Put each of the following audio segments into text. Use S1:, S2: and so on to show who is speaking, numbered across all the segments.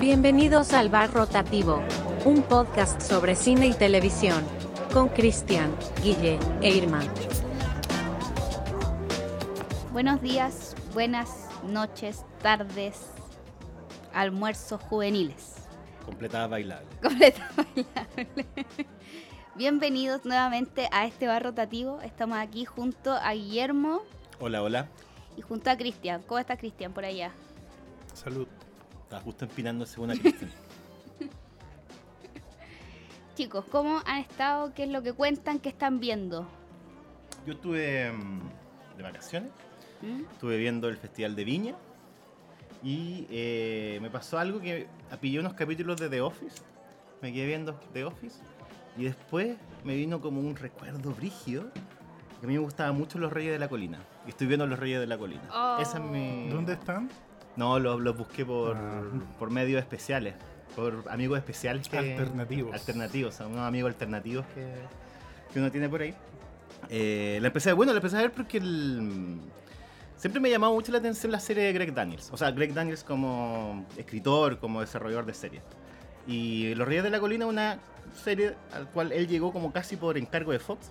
S1: Bienvenidos al Bar Rotativo, un podcast sobre cine y televisión, con Cristian, Guille e Irma.
S2: Buenos días, buenas noches, tardes, almuerzos juveniles.
S3: Completada bailable.
S2: Completa bailable. Bienvenidos nuevamente a este bar rotativo. Estamos aquí junto a Guillermo
S3: Hola, hola.
S2: y junto a Cristian. ¿Cómo está Cristian por allá?
S4: Salud.
S3: Estaba justo empinándose una Cristian.
S2: Chicos, ¿cómo han estado? ¿Qué es lo que cuentan? ¿Qué están viendo?
S3: Yo estuve mm, de vacaciones,
S2: ¿Mm?
S3: estuve viendo el Festival de Viña y eh, me pasó algo que apillé unos capítulos de The Office, me quedé viendo The Office y después me vino como un recuerdo brígido que a mí me gustaban mucho Los Reyes de la Colina y estoy viendo Los Reyes de la Colina.
S2: Oh.
S3: Esa es mi...
S4: ¿Dónde están?
S3: No, los los busqué por,
S4: Ah.
S3: por medios especiales, por amigos especiales. que-
S4: Alternativos.
S3: Alternativos, a unos amigos alternativos que, que uno tiene por ahí. Eh, la empecé, a- bueno, la empecé a ver porque el- siempre me llamaba mucho la atención la serie de Greg Daniels. O sea, Greg Daniels como escritor, como desarrollador de series. Y Los Reyes de la Colina, una serie al cual él llegó como casi por encargo de Fox,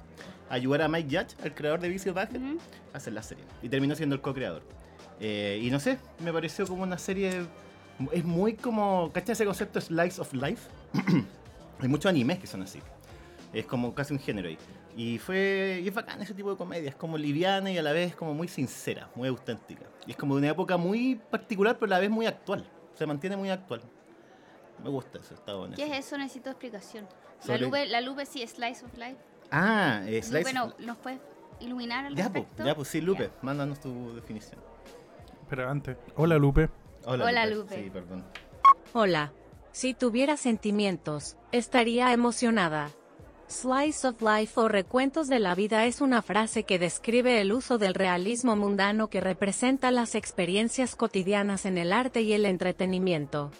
S3: a ayudar a Mike Judge, el creador de Vice Bucket,
S2: ¿Mm?
S3: hacer la serie. Y terminó siendo el co-creador. Eh, y no sé, me pareció como una serie. Es muy como. ¿Cachai ese concepto Slice of Life? Hay muchos animes que son así. Es como casi un género ahí. Y fue. Y es bacán ese tipo de comedia. Es como liviana y a la vez como muy sincera, muy auténtica. Y es como de una época muy particular, pero a la vez muy actual. Se mantiene muy actual. Me gusta eso, está bueno.
S2: ¿Qué
S3: eso.
S2: es eso? Necesito explicación. La
S3: Sobre-
S2: Lupe, la Lupe sí, Slice of Life.
S3: Ah, eh, Slice
S2: Lupe, no,
S3: of
S2: ¿nos puedes iluminar al
S3: Ya, pues,
S2: respecto?
S3: ya, pues sí, Lupe,
S2: Ya.
S3: mándanos tu definición.
S4: Pero antes. Hola, Lupe.
S2: Hola, Lupe.
S3: Sí, perdón.
S1: Hola. Si tuviera sentimientos, estaría emocionada. Slice of Life o Recuentos de la Vida es una frase que describe el uso del realismo mundano que representa las experiencias cotidianas en el arte y el entretenimiento.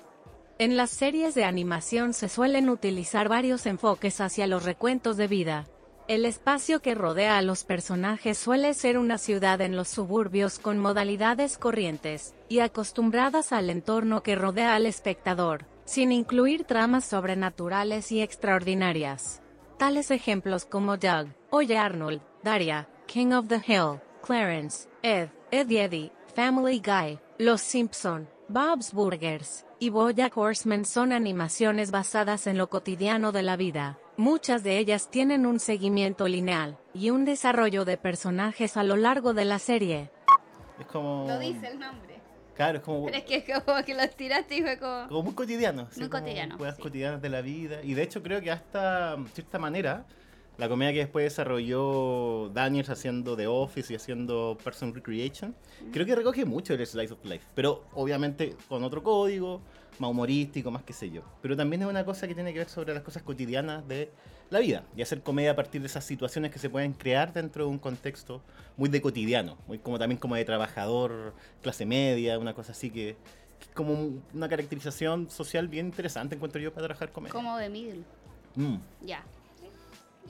S1: En las series de animación se suelen utilizar varios enfoques hacia los recuentos de vida. El espacio que rodea a los personajes suele ser una ciudad en los suburbios con modalidades corrientes y acostumbradas al entorno que rodea al espectador, sin incluir tramas sobrenaturales y extraordinarias. Tales ejemplos como Doug, Oye Arnold, Daria, King of the Hill, Clarence, Ed, Ed y Eddie, Family Guy, Los Simpson, Bob's Burgers y Bojack Horseman son animaciones basadas en lo cotidiano de la vida. Muchas de ellas tienen un seguimiento lineal y un desarrollo de personajes a lo largo de la serie.
S3: Es como.
S2: Lo dice el nombre.
S3: Claro, es como,
S2: Pero es que es como que lo tiraste y fue como...
S3: como muy cotidiano. así
S2: Muy
S3: como
S2: cotidiano,
S3: Cosas
S2: sí.
S3: cotidianas de la vida. Y de hecho, creo que hasta de cierta manera, la comedia que después desarrolló Daniels haciendo The Office y haciendo Person Recreation, creo que recoge mucho el Slice of Life. Pero obviamente con otro código, más humorístico, más qué sé yo. Pero también es una cosa que tiene que ver sobre las cosas cotidianas de la vida y hacer comedia a partir de esas situaciones que se pueden crear dentro de un contexto muy de cotidiano, muy como también como de trabajador, clase media, una cosa así que, que es como un- una caracterización social bien interesante encuentro yo para trabajar comedia.
S2: Como de Middle.
S3: Mm.
S2: Ya.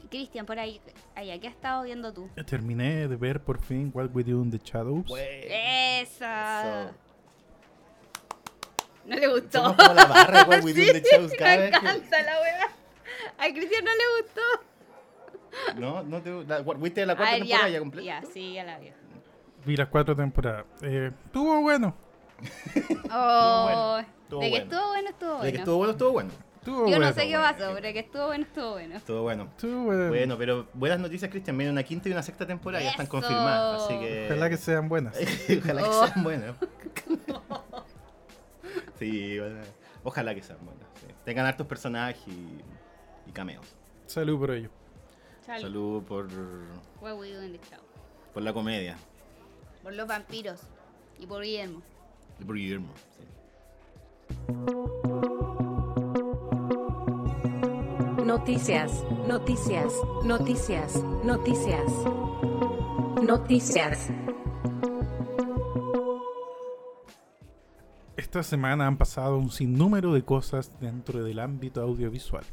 S2: Cristian, por ahí, allá, ¿qué has estado viendo tú?
S4: Terminé de ver por fin What We Do in the Shadows.
S2: Esa.
S3: So,
S2: No le gustó.
S3: somos como la barra de What We Do in the Shadows cada
S2: me
S3: vez que-
S2: encanta la weá. A Cristian no le gustó.
S3: No, no te, la, ¿Viste la cuarta
S2: A ver,
S3: temporada
S2: Ah, ya,
S3: ya completa?
S2: ya, sí, ya la vi.
S4: Vi las cuatro temporadas. Eh, Estuvo bueno.
S2: Oh,
S3: estuvo
S2: de que
S3: bueno.
S2: estuvo bueno, estuvo bueno.
S3: De que estuvo bueno, estuvo bueno.
S4: Estuvo
S2: Yo
S4: bueno.
S2: no sé qué pasó, pero de que estuvo bueno, estuvo bueno.
S3: Estuvo bueno.
S4: Estuvo bueno.
S3: Bueno, pero buenas noticias, Cristian. Viene una quinta y una sexta temporada, ya están
S2: Eso.
S3: confirmadas. Así que.
S4: Ojalá que sean buenas.
S3: Ojalá que
S2: Oh.
S3: sean buenas. sí, bueno, ojalá que sean buenas. sí. Tengan hartos personajes y, y cameos.
S4: Salud por ello.
S2: Chale.
S3: Salud por,
S2: What we do in the show.
S3: por la comedia.
S2: Por los vampiros y por Guillermo.
S3: Y por Guillermo. sí.
S1: Noticias, noticias, noticias, noticias. Noticias.
S4: Esta semana han pasado un sinnúmero de cosas dentro del ámbito audiovisual.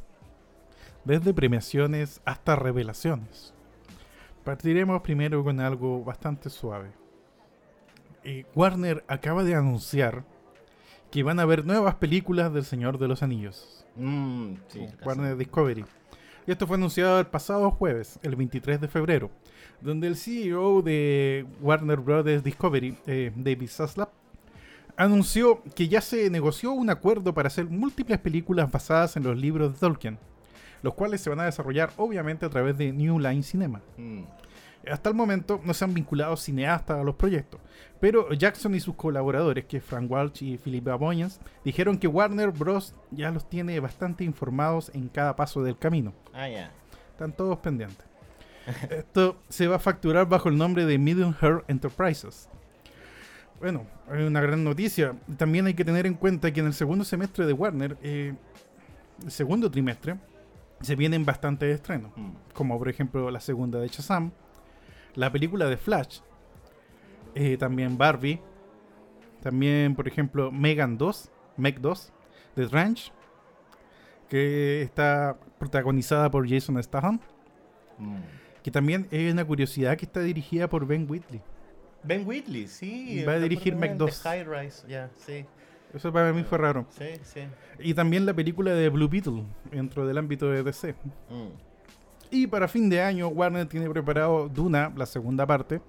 S4: Desde premiaciones hasta revelaciones. Partiremos primero con algo bastante suave. Eh, Warner acaba de anunciar que van a ver nuevas películas del Señor de los Anillos.
S3: Mm, sí,
S4: con
S3: casi.
S4: Warner Discovery. Y esto fue anunciado el pasado jueves, el 23 de febrero, donde el CEO de Warner Brothers Discovery, eh, David Zaslav, anunció que ya se negoció un acuerdo para hacer múltiples películas basadas en los libros de Tolkien, los cuales se van a desarrollar obviamente a través de New Line Cinema.
S3: Mm.
S4: Hasta el momento no se han vinculado cineastas a los proyectos, pero Jackson y sus colaboradores, que es Frank Walsh y Philippa Boyens, dijeron que Warner Bros. ya los tiene bastante informados en cada paso del camino.
S3: Ah, ya.
S4: Están todos pendientes. Esto se va a facturar bajo el nombre de Middle Earth Enterprises. Bueno, hay una gran noticia. También hay que tener en cuenta que en el segundo semestre de Warner, eh, el segundo trimestre, se vienen bastantes estrenos
S3: Mm.
S4: como por ejemplo la segunda de Shazam, la película de Flash, eh, también Barbie, también por ejemplo Megan 2, Meg 2, The Ranch, que está protagonizada por Jason Statham,
S3: Mm.
S4: que también es una curiosidad que está dirigida por Ben Whitley.
S3: Ben Whitley, sí.
S4: Va a
S3: el
S4: dirigir
S3: acuerdo de
S4: Mac 2.
S3: High Rise, ya, sí.
S4: Eso para mí fue raro.
S3: Sí, sí.
S4: Y también la película de Blue Beetle, dentro del ámbito de DC.
S3: Mm.
S4: Y para fin de año, Warner tiene preparado Duna, la segunda parte,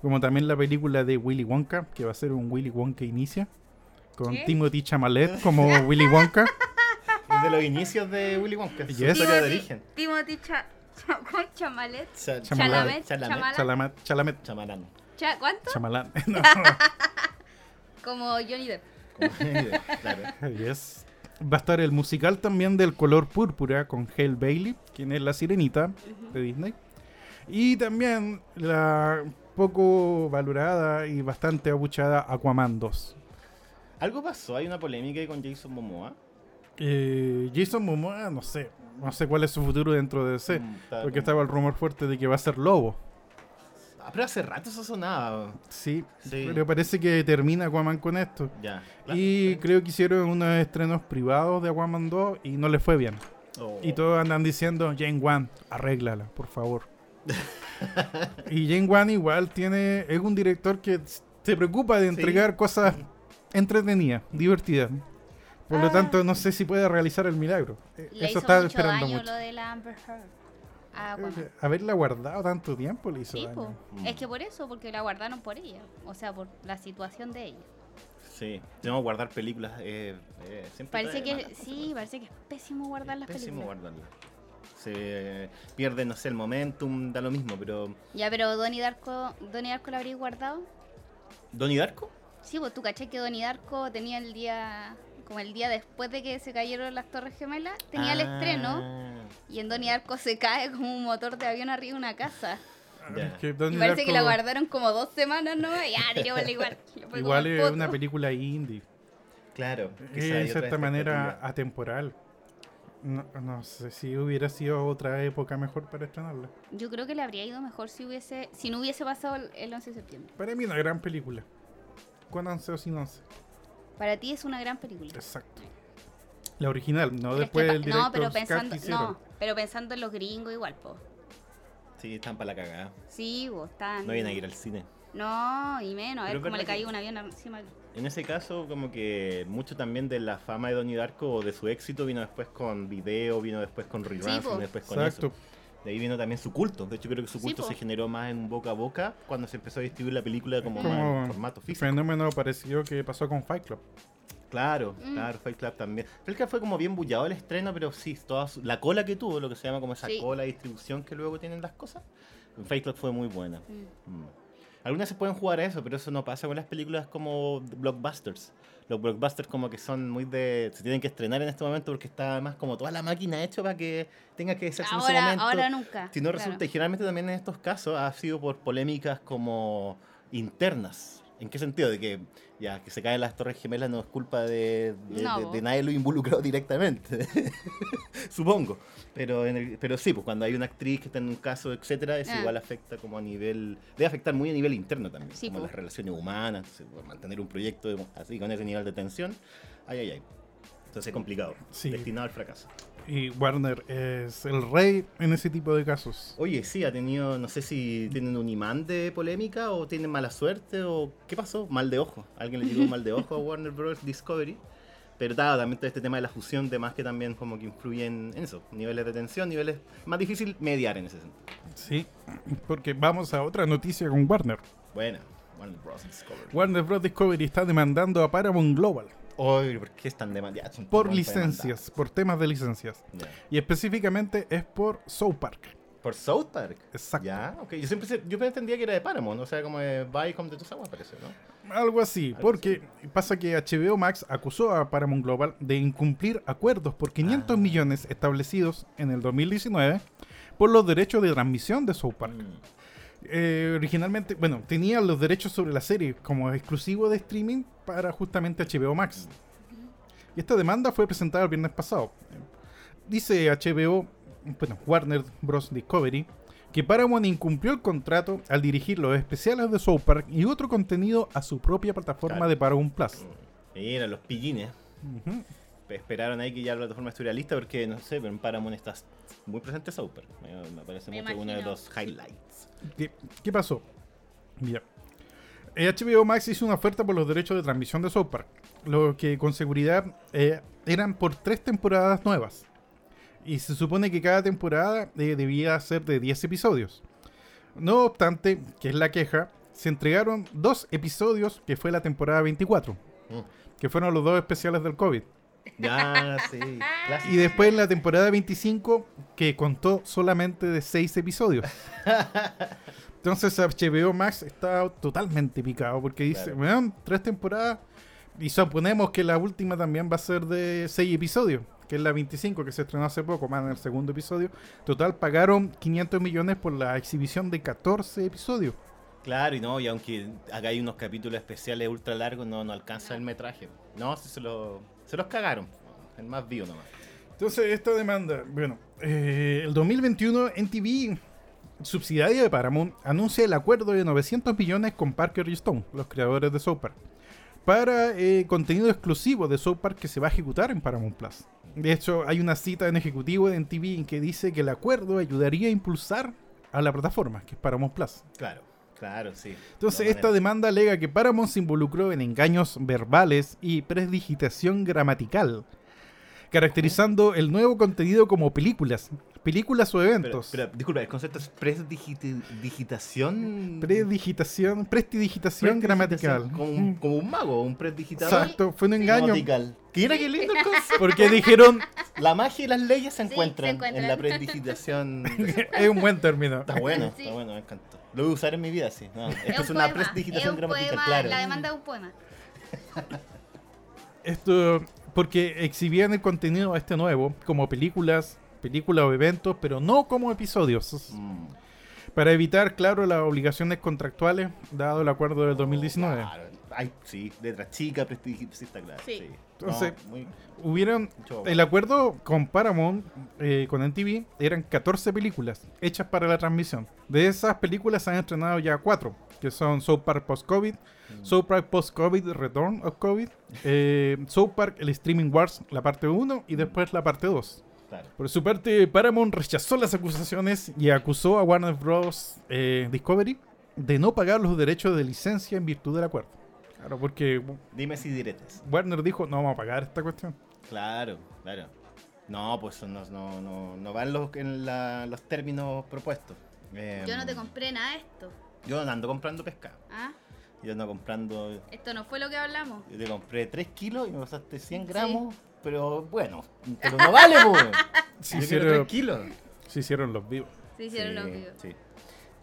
S4: como también la película de Willy Wonka, que va a ser un Willy Wonka Inicia, con
S2: ¿Qué?
S4: Timothy Chamalet como Willy Wonka.
S3: Es de los inicios de Willy Wonka. su
S4: Yes. Timothy-
S3: historia de origen.
S2: Timothy Cha- Cha- ¿cómo? Chamalet.
S3: Cha-
S4: Chalamet,
S2: Chalamet.
S4: Chalamet, Chalamet,
S3: Chamalán.
S2: Cha- ¿Cuánto?
S4: Chamalan.
S2: Como Johnny Depp.
S3: claro.
S4: Yes. Va a estar el musical también del color púrpura con Hale Bailey, quien es la sirenita de Disney. Y también la poco valorada y bastante abuchada Aquaman 2.
S3: Algo pasó, hay una polémica ahí con Jason Momoa.
S4: Eh, Jason Momoa, no sé. No sé cuál es su futuro dentro de DC.
S3: Mm, está
S4: porque
S3: como-
S4: estaba el rumor fuerte de que va a ser Lobo.
S3: Ah, pero hace rato eso sonaba.
S4: Sí,
S3: Sí.
S4: pero parece que termina Aquaman con esto.
S3: Ya.
S4: Y creo que hicieron unos estrenos privados de Aquaman 2 y no les fue bien.
S3: Oh.
S4: Y todos andan diciendo, Jane Wan, arréglala, por favor. y Jane Wan igual tiene, es un director que s- se preocupa de entregar cosas entretenidas, divertidas. Por lo
S2: Ah.
S4: tanto, no sé si puede realizar el milagro. Eh,
S2: Le
S4: Eso
S2: hizo
S4: estaba
S2: mucho
S4: esperando
S2: daño
S4: mucho.
S2: lo de la Amber Heard. A Aquaman.
S4: Eh, Haberla guardado tanto tiempo le hizo
S2: Ah, Sí,
S4: daño.
S2: po. Es que por eso, porque la guardaron por ella. O sea, por la situación de ella.
S3: Sí, tenemos que guardar películas. eh, eh, siempre
S2: Parece
S3: trae
S2: que,
S3: malas
S2: sí, parece que es pésimo guardar las
S3: Pésimo
S2: películas.
S3: guardarla. Se pierde, no sé, el momentum, da lo mismo, pero.
S2: Ya, pero Donnie Darko, Donnie Darko la habría guardado.
S3: ¿Donnie Darko?
S2: Sí, pues tú caché que Donnie Darko tenía el día, como el día después de que se cayeron las Torres Gemelas, tenía el
S3: Ah,
S2: estreno y en Donnie Darko se cae como un motor de avión arriba de una casa.
S3: ya.
S4: Ah, Es que
S2: Y
S4: Donnie
S2: parece que la pues,
S4: Darko
S2: guardaron como dos semanas, ¿no? Ya, tirémosla igual. Le fue
S4: Igual
S2: como el
S4: es
S2: poto.
S4: una película indie.
S3: Claro.
S4: Es
S3: quizá hay
S4: de
S3: otra
S4: cierta manera
S3: expectativa.
S4: atemporal. No, no sé si hubiera sido otra época mejor para estrenarla.
S2: Yo creo que le habría ido mejor si hubiese, si no hubiese pasado el- el 11 de septiembre.
S4: Para mí una gran película. Con 11 o sin 11.
S2: Para ti es una gran película.
S4: Exacto. La original, no
S2: Pero es
S4: después
S2: que pa-
S4: del director
S2: no, pero
S4: Scott
S2: pensando,
S4: que hicieron.
S2: no, pero pensando en los gringos igual, po.
S3: Sí, están para la cagada.
S2: Sí, vos, están.
S3: No vienen a ir al cine.
S2: No, y menos, a ver
S3: Pero
S2: cómo le
S3: verdad que-
S2: cayó un avión encima. Mm.
S3: En ese caso, como que mucho también de la fama de Donnie Darko o de su éxito vino después con video, vino después con reruns,
S2: po.
S3: vino después con
S4: Exacto.
S3: eso. De ahí vino también su culto. De hecho, creo que su
S2: Sí,
S3: culto
S2: po.
S3: se generó más en boca a boca cuando se empezó a distribuir la película como, más
S4: Como
S3: en formato físico.
S4: Fenómeno parecido que pasó con Fight Club.
S3: Claro,
S2: Mm.
S3: claro, Fight Club también. Fight Club fue como bien bullado el estreno, pero sí, toda su- la cola que tuvo, lo que se llama como esa
S2: Sí.
S3: cola de distribución que luego tienen las cosas. Fight Club fue muy buena.
S2: Mm.
S3: Mm. Algunas se pueden jugar a eso, pero eso no pasa con las películas como blockbusters. Los blockbusters como que son muy de... Se tienen que estrenar en este momento porque está además como toda la máquina hecha para que tenga que hacerse en ese
S2: Ahora,
S3: momento.
S2: ahora nunca.
S3: Si no
S2: claro.
S3: resulta, y generalmente también en estos casos ha sido por polémicas como internas. ¿En qué sentido? De que ya que se caen las Torres Gemelas no es culpa de, de,
S2: No,
S3: de-
S2: po.
S3: de nadie lo involucrado directamente. Supongo. Pero en el- pero sí, pues cuando hay una actriz que está en un caso, etcétera, es
S2: Ah.
S3: igual afecta como a nivel. Debe afectar muy a nivel interno también.
S2: Sí,
S3: como
S2: po.
S3: las relaciones humanas. entonces, bueno, mantener un proyecto así con ese nivel de tensión. Ay, ay, ay. Entonces es complicado.
S4: Sí.
S3: Destinado al fracaso.
S4: Y Warner es el rey en ese tipo de casos.
S3: Oye, sí, ha tenido, no sé si tienen un imán de polémica o tienen mala suerte o qué pasó, mal de ojo. Alguien le tiró un mal de ojo a Warner Bros. Discovery. Pero claro, también todo este tema de la fusión de más que también como que influyen en eso, niveles de tensión, niveles más difícil mediar en ese sentido.
S4: Sí, porque vamos a otra noticia con Warner.
S3: Bueno, Warner Bros. Discovery.
S4: Warner Bros. Discovery está demandando a Paramount Global
S3: Oye, ¿por qué están demandados?
S4: por licencias, por temas de licencias. Y específicamente es por South Park.
S3: Por South Park.
S4: Exacto.
S3: Ya, ok. Yo siempre se- yo entendía que era de Paramount, o sea, como de Viacom de tus aguas, parece, ¿no?
S4: Algo así, porque pasa que HBO Max acusó a Paramount Global de incumplir acuerdos por 500
S3: Ah.
S4: millones establecidos en el 2019 por los derechos de transmisión de South Park. Eh, originalmente, bueno, tenía los derechos sobre la serie como exclusivo de streaming para justamente HBO Max. Y esta demanda fue presentada el viernes pasado. Dice HBO, bueno, Warner Bros. Discovery, que Paramount incumplió el contrato al dirigir los especiales de South Park y otro contenido a su propia plataforma
S3: Claro.
S4: de Paramount Plus.
S3: Mira, los pillines.
S4: Ujú.
S3: Esperaron ahí que ya la plataforma estuviera lista porque, no sé, pero en Paramount está muy presente South Park. Me, me parece
S2: Me
S3: mucho uno de
S2: imagino.
S3: los highlights.
S4: ¿Qué, qué pasó? Mira. eh, HBO Max hizo una oferta por los derechos de transmisión de South Park, lo que con seguridad eh, eran por tres temporadas nuevas. Y se supone que cada temporada eh, debía ser de 10 episodios. No obstante, que es la queja, se entregaron dos episodios que fue la temporada 24,
S3: Mm.
S4: que fueron los dos especiales del COVID.
S3: Ya, sí. clásico.
S4: Y después la temporada 25, que contó solamente de 6 episodios. Entonces HBO Max está totalmente picado porque dice,
S3: Claro.
S4: weón, tres temporadas y suponemos que la última también va a ser de 6 episodios, que es la 25 que se estrenó hace poco, más en el segundo episodio. Total, pagaron 500 millones por la exhibición de 14 episodios.
S3: Claro, y no, y aunque acá hay unos capítulos especiales ultra largos, no, no alcanza el metraje. No, sí, se, lo- se los cagaron. El más vivo nomás.
S4: Entonces, esta demanda, bueno, eh, el 2021 NTV, subsidiaria de Paramount, anuncia el acuerdo de 900 millones con Parker y Stone, los creadores de South Park, para eh, contenido exclusivo de South Park que se va a ejecutar en Paramount Plus. De hecho, hay una cita en ejecutivo de NTV en que dice que el acuerdo ayudaría a impulsar a la plataforma, que es Paramount Plus.
S3: Claro, claro, sí.
S4: Entonces,
S3: No,
S4: esta
S3: manera.
S4: demanda alega que Paramount se involucró en engaños verbales y presdigitación gramatical, caracterizando el nuevo contenido como películas, películas o
S3: Pero,
S4: eventos.
S3: pero, disculpa, el concepto es presdigitación.
S4: Predigitación, prestidigitación gramatical.
S3: Como,
S4: Mm.
S3: un- como un mago, un presdigitador.
S4: Exacto, fue un engaño.
S3: Gramatical. Que Mira qué lindo el concepto.
S4: Porque dijeron,
S3: La magia y las leyes se
S2: Sí, se
S3: encuentran, en la
S2: encuentran.
S3: presdigitación.
S4: es un buen término.
S3: Está bueno,
S2: Sí.
S3: está bueno, me encantó. Lo voy a usar en mi vida, sí. No, esto es,
S2: un
S3: una
S2: poema,
S3: presdigitación
S2: es un
S3: gramatical,
S2: poema,
S3: claro.
S2: La demanda es un poema.
S4: Esto porque exhibían el contenido este nuevo como películas, películas o eventos, pero no como episodios.
S3: Mm.
S4: Para evitar, claro, las obligaciones contractuales, dado el acuerdo
S3: Oh,
S4: del 2019.
S3: Claro. Ay, sí, letra chica, prestigio, sí, está claro. Sí.
S2: Sí.
S4: Entonces,
S3: No, muy-
S4: Hubieron.
S3: mucho-
S4: El acuerdo con Paramount, eh, con NTV, eran 14 películas hechas para la transmisión. De esas películas se han estrenado ya 4, que son South Park Post-COVID,
S3: Mm,
S4: South Park Post-COVID, Return of COVID, eh, South Park, el Streaming Wars, la parte 1 y después la parte 2.
S3: claro.
S4: Por su parte, Paramount rechazó las acusaciones y acusó a Warner Bros. eh, Discovery de no pagar los derechos de licencia en virtud del acuerdo. Claro, porque
S3: Dime si diretes.
S4: Warner dijo, no vamos a pagar esta cuestión.
S3: Claro, claro. No, pues no, no, no, no van los, en la- los términos propuestos. Eh,
S2: Yo no te compré nada de esto.
S3: Yo no ando comprando pescado.
S2: ¿ah?
S3: Yo ando comprando.
S2: Esto no fue lo que hablamos.
S3: Yo te compré 3 kilos y me pasaste 100
S2: Sí.
S3: gramos. Pero bueno, pero no vale, pues.
S4: Se
S3: Yo quiero
S4: hicieron,
S3: 3 kilos.
S4: se hicieron los vivos.
S2: Se hicieron lo que yo.
S3: Sí,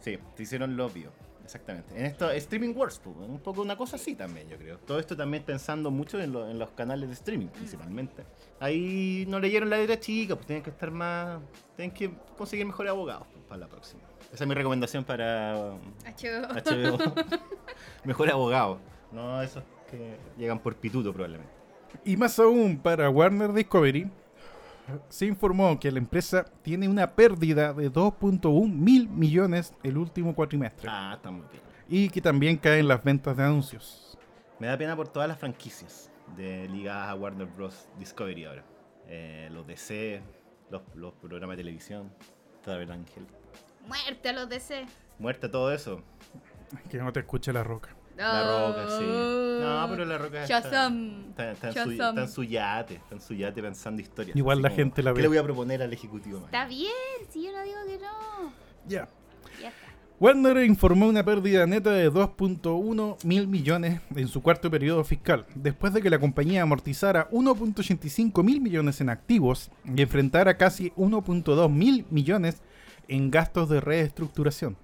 S3: sí, te hicieron lo obvio. Exactamente. En esto, streaming wars, pues, un poco una cosa así también, yo creo. Todo esto también pensando mucho en, lo- en los canales de
S2: Mm.
S3: streaming, principalmente. Ahí no leyeron la letra chica, pues tienen que estar más. Tienen que conseguir mejores abogados pues, para la próxima. Esa es mi recomendación para um,
S2: HBO.
S3: HBO. mejores abogados. No esos que llegan por pituto, probablemente.
S4: Y más aún, para Warner Discovery, se informó que la empresa tiene una pérdida de 2.1 mil millones el último cuatrimestre.
S3: Ah, está muy bien.
S4: Y que también caen las ventas de anuncios.
S3: Me da pena por todas las franquicias de ligadas a Warner Bros. Discovery ahora. Eh, los DC, los, los programas de televisión, Todo el Ángel.
S2: Muerte a los DC.
S3: Muerte todo eso.
S4: Que no te escuche la roca.
S3: La Roca, sí.
S2: Oh.
S3: No, pero La Roca está-
S2: Shazam.
S3: Está, está en su,
S2: Shazam.
S3: está en su yate, está en su yate pensando historias.
S4: Igual
S3: así
S4: la
S3: como,
S4: gente la
S3: ¿Qué
S4: ve.
S3: le voy a proponer al ejecutivo? man?
S2: Está bien, si yo no digo que no.
S4: Ya.
S2: Ya está.
S4: Warner informó una pérdida neta de 2.1 mil millones en su cuarto periodo fiscal, después de que la compañía amortizara 1.85 mil millones en activos y enfrentara casi 1.2 mil millones en gastos de reestructuración.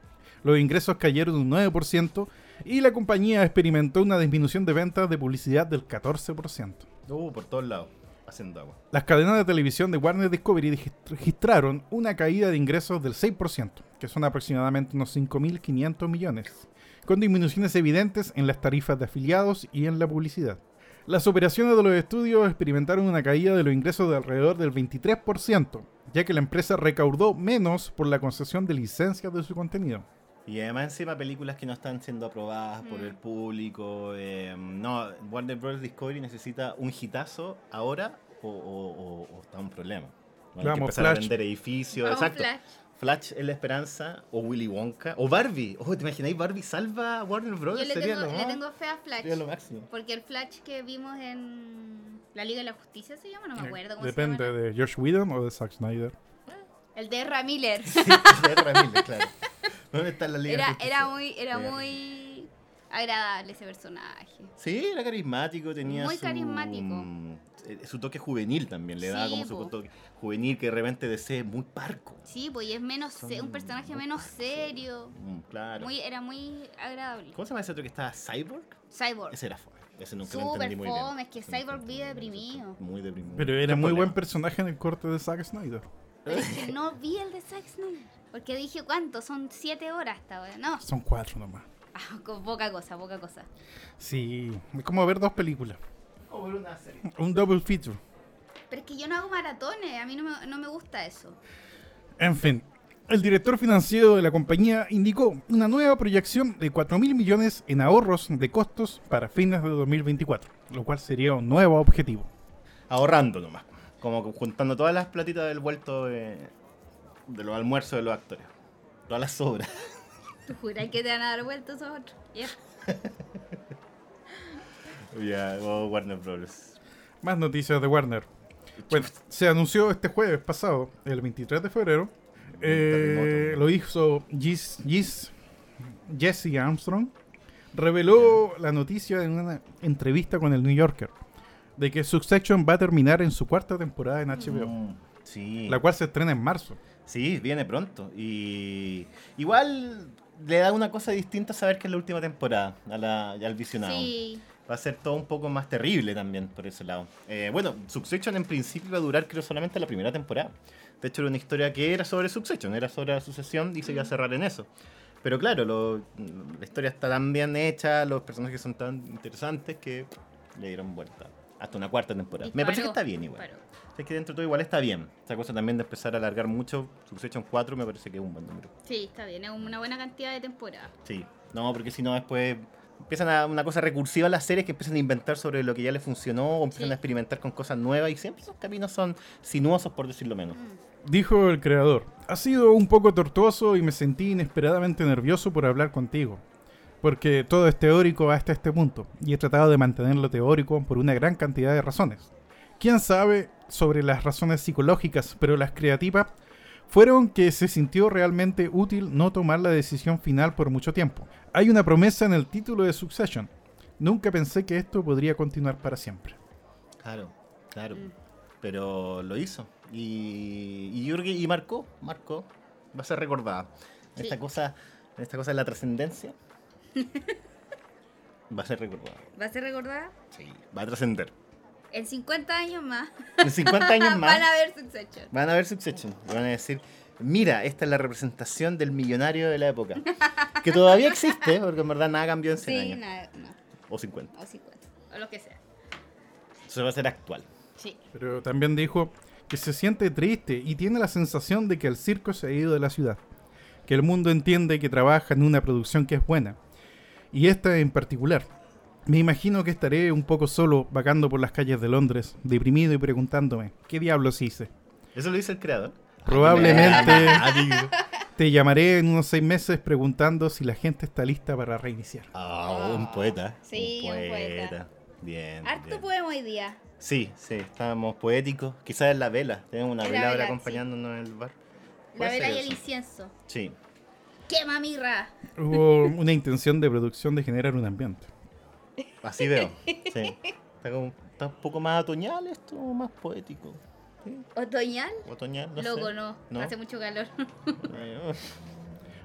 S4: Los ingresos cayeron un 9% y la compañía experimentó una disminución de ventas de publicidad del 14%.
S3: Uh, por todos lados, haciendo agua.
S4: Las cadenas de televisión de Warner Discovery dig- registraron una caída de ingresos del 6%, que son aproximadamente unos 5.500 millones, con disminuciones evidentes en las tarifas de afiliados y en la publicidad. Las operaciones de los estudios experimentaron una caída de los ingresos de alrededor del 23%, ya que la empresa recaudó menos por la concesión de licencias de su contenido.
S3: Y además encima películas que no están siendo aprobadas por
S2: Mm.
S3: el público. eh, no, Warner Bros. Discovery necesita un hitazo ahora o, o- o- o está un problema. Van a
S4: Vamos,
S3: empezar
S4: Flash.
S3: a vender edificios.
S2: Vamos,
S3: Exacto. Flash.
S2: Flash.
S3: es la esperanza. O Willy Wonka. O Barbie. Oh, ¿te imagináis? Barbie salva a Warner Bros.
S2: Yo le
S3: Sería
S2: tengo,
S3: lo
S2: le
S3: más-
S2: tengo fe a Flash.
S3: sería lo máximo.
S2: Porque el Flash que vimos en La Liga de la Justicia se llama, no
S3: Eh,
S2: me acuerdo cómo se
S4: Depende
S2: llama.
S4: de Josh Whedon o de Zack Snyder.
S2: El de Ezra Miller.
S3: Sí, Ezra Miller, claro. ¿Dónde está la liga? de
S2: Era,
S3: Justicia?
S2: era muy, era
S3: Liga de
S2: muy agradable ese personaje.
S3: Sí, era carismático, tenía
S2: Muy
S3: su,
S2: carismático.
S3: eh, su toque juvenil también, le daba
S2: Sí,
S3: como su
S2: po.
S3: toque juvenil que de repente desee muy parco.
S2: Sí, pues y es menos se- un
S3: Son
S2: personaje
S3: muy
S2: menos
S3: parcos.
S2: serio.
S3: Mm, claro.
S2: Muy, era muy agradable.
S3: ¿Cómo se llama ese otro que estaba Cyborg?
S2: Cyborg.
S3: Ese era fome. Ese nunca lo
S2: Súper
S3: entendí muy bien.
S2: fome, es que
S3: Ese nunca
S2: Cyborg
S3: entendí
S2: vive
S3: muy bien,
S2: deprimido.
S3: Muy deprimido.
S4: Pero era
S3: Son
S4: muy buen
S3: problemas.
S4: personaje en el corte de Zack Snyder.
S2: Pero es que no vi el de Zack Snyder. Porque dije, ¿cuánto? Son siete horas hasta ahora. No,
S4: Son cuatro nomás.
S2: Ah, con poca cosa, poca cosa.
S4: Sí, es como ver dos películas.
S3: O ver una serie.
S4: Un double feature.
S2: Pero es que yo no hago maratones, a mí no me, no me gusta eso.
S4: En fin, el director financiero de la compañía indicó una nueva proyección de 4 mil millones en ahorros de costos para fines de 2024, lo cual sería un nuevo objetivo.
S3: Ahorrando nomás. Como que juntando todas las platitas del vuelto de, de los almuerzos de los actores. Todas las sobras.
S2: ¿Tú juras que te van a dar vueltas esos otros? Ya.
S3: Ya, oh, Warner Bros.
S4: Más noticias de Warner. Bueno, se anunció este jueves pasado, el 23 de febrero. eh,
S3: terremoto.
S4: lo hizo Gis- Gis- Jesse Armstrong. Reveló la noticia en una entrevista con el New Yorker de que Succession va a terminar en su cuarta temporada en HBO,
S3: Mm, Sí.
S4: la cual se estrena en marzo.
S3: Sí, viene pronto. Y igual le da una cosa distinta saber que es la última temporada a la- al visionado.
S2: Sí.
S3: Va a ser todo un poco más terrible también por ese lado. Eh, bueno, Succession en principio iba a durar creo solamente la primera temporada. De hecho era una historia que era sobre Succession, era sobre la sucesión y se iba a cerrar en eso. Pero claro, lo- la historia está tan bien hecha, los personajes son tan interesantes que le dieron vuelta. Hasta una cuarta temporada. Me
S2: Disparó,
S3: parece que está bien igual.
S2: disparó.
S3: Es que dentro de todo igual está bien. Esa cosa también de empezar a alargar mucho, Succession 4 me parece que es un buen número.
S2: Sí, está bien, es una buena cantidad de temporadas.
S3: Sí. No, porque si no después empiezan a una cosa recursiva las series que empiezan a inventar sobre lo que ya les funcionó o empiezan
S2: Sí.
S3: a experimentar con cosas nuevas y siempre esos caminos son sinuosos por decirlo menos.
S2: Mm.
S4: Dijo el creador, ha sido un poco tortuoso y me sentí inesperadamente nervioso por hablar contigo, porque todo es teórico hasta este punto, y he tratado de mantenerlo teórico por una gran cantidad de razones. Quién sabe sobre las razones psicológicas, pero las creativas fueron que se sintió realmente útil no tomar la decisión final por mucho tiempo. Hay una promesa en el título de Succession. Nunca pensé que esto podría continuar para siempre.
S3: Claro, claro.
S2: Mm.
S3: Pero lo hizo. Y, y yo creo que- y marcó, marcó. Va a ser recordada.
S2: Sí.
S3: Esta cosa, esta cosa de la trascendencia va a ser recordada.
S2: ¿Va a ser recordada?
S3: Sí, va a trascender.
S2: En 50 años más,
S3: En 50 años más
S2: van a ver Succession.
S3: van a ver Succession. y Van a decir, mira, esta es la representación del millonario de la época. Que todavía existe, porque en verdad nada cambió en 100
S2: Sí,
S3: años.
S2: nada, no,
S3: O 50.
S2: o 50, o lo que sea.
S3: Eso va a ser actual.
S2: Sí.
S4: Pero también dijo que se siente triste y tiene la sensación de que el circo se ha ido de la ciudad. Que el mundo entiende que trabaja en una producción que es buena. Y esta en particular. Me imagino que estaré un poco solo vagando por las calles de Londres, deprimido y preguntándome, ¿qué diablos hice?
S3: Eso lo dice el creador.
S4: Probablemente
S3: Ah, digo.
S4: te llamaré en unos seis meses preguntando si la gente está lista para reiniciar.
S3: Ah, un poeta.
S2: Oh, Sí, un poeta.
S3: Bien.
S2: Harto
S3: bien.
S2: poema hoy día.
S3: Sí, sí, estábamos poéticos. Quizás es la vela. Tenemos una
S2: Es la
S3: vela ahora
S2: vela, sí.
S3: acompañándonos en el bar.
S2: La
S3: Puede
S2: vela
S3: ser
S2: y el
S3: eso.
S2: incienso.
S3: Sí.
S2: ¡Quema mirra!
S4: Hubo una intención de producción de generar un ambiente.
S3: Así veo. Sí. Está, como- está un poco más otoñal esto, o más poético.
S2: ¿Otoñal?
S3: Otoñal, no
S2: Loco,
S3: sé.
S2: no.
S3: No.
S2: Hace mucho calor.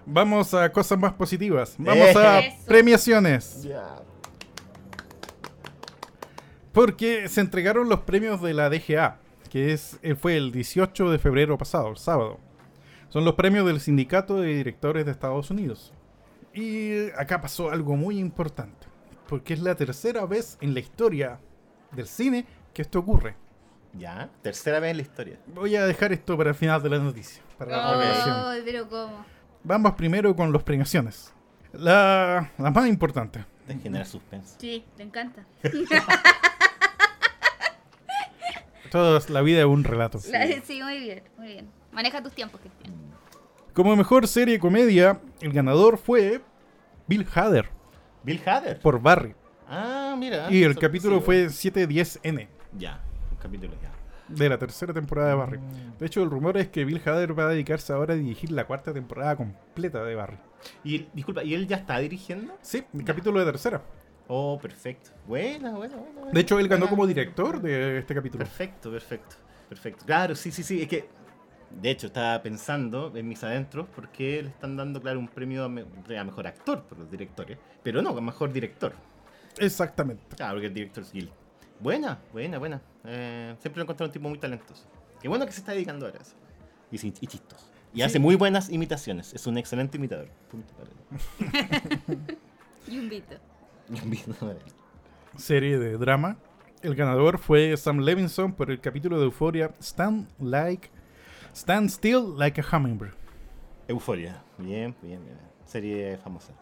S4: Vamos a cosas más positivas. Vamos a
S2: Eso.
S4: premiaciones.
S3: Ya.
S4: Porque se entregaron los premios de la DGA, que es, eh, fue el 18 de febrero pasado, el sábado. Son los premios del Sindicato de Directores de Estados Unidos. Y acá pasó algo muy importante, porque es la tercera vez en la historia del cine que esto ocurre.
S3: Ya. Tercera vez en la historia.
S4: Voy a dejar esto para el final de la noticia, para la
S3: Ok.
S4: premiación.
S2: Oh, pero ¿cómo?
S4: Vamos primero con las premiaciones. La, la más importante.
S3: De generar suspense.
S2: Sí, te encanta.
S4: Toda la vida es un relato.
S2: La- Sí, muy bien, muy bien. Maneja tus tiempos, Cristian.
S4: Como mejor serie comedia, el ganador fue Bill Hader
S3: Bill Hader.
S4: por Barry.
S3: Ah, mira.
S4: Y el
S3: sorpresivo.
S4: capítulo fue 710N
S3: Ya. Un capítulo ya.
S4: de la tercera temporada de Barry.
S3: Mm.
S4: De hecho, el rumor es que Bill Hader va a dedicarse ahora a dirigir la cuarta temporada completa de Barry.
S3: Y disculpa, ¿y él ya está dirigiendo?
S4: Sí, el capítulo de tercera.
S3: Oh, perfecto. Buena, buena, buena. buena.
S4: De hecho, él ganó
S3: Buena.
S4: como director de este capítulo.
S3: Perfecto, perfecto, perfecto. Claro, sí, sí, sí. Es que, de hecho, estaba pensando en mis adentros porque le están dando, claro, un premio a, me- a mejor actor por los directores. Pero no, a mejor director.
S4: Exactamente.
S3: Claro, Ah, porque el director es Guild. Buena, buena, buena. Eh, siempre lo he encontrado un tipo muy talentoso. Qué bueno que se está dedicando ahora a eso. Y, sin- y chistoso. Y hace muy buenas imitaciones. Es un excelente imitador. Punto para él.
S2: Y un vito.
S3: Punto para él.
S4: serie de drama. El ganador fue Sam Levinson por el capítulo de Euforia Stand Like Stand Still Like a Hummingbird.
S3: Euforia. Bien, bien, bien. Serie famosa.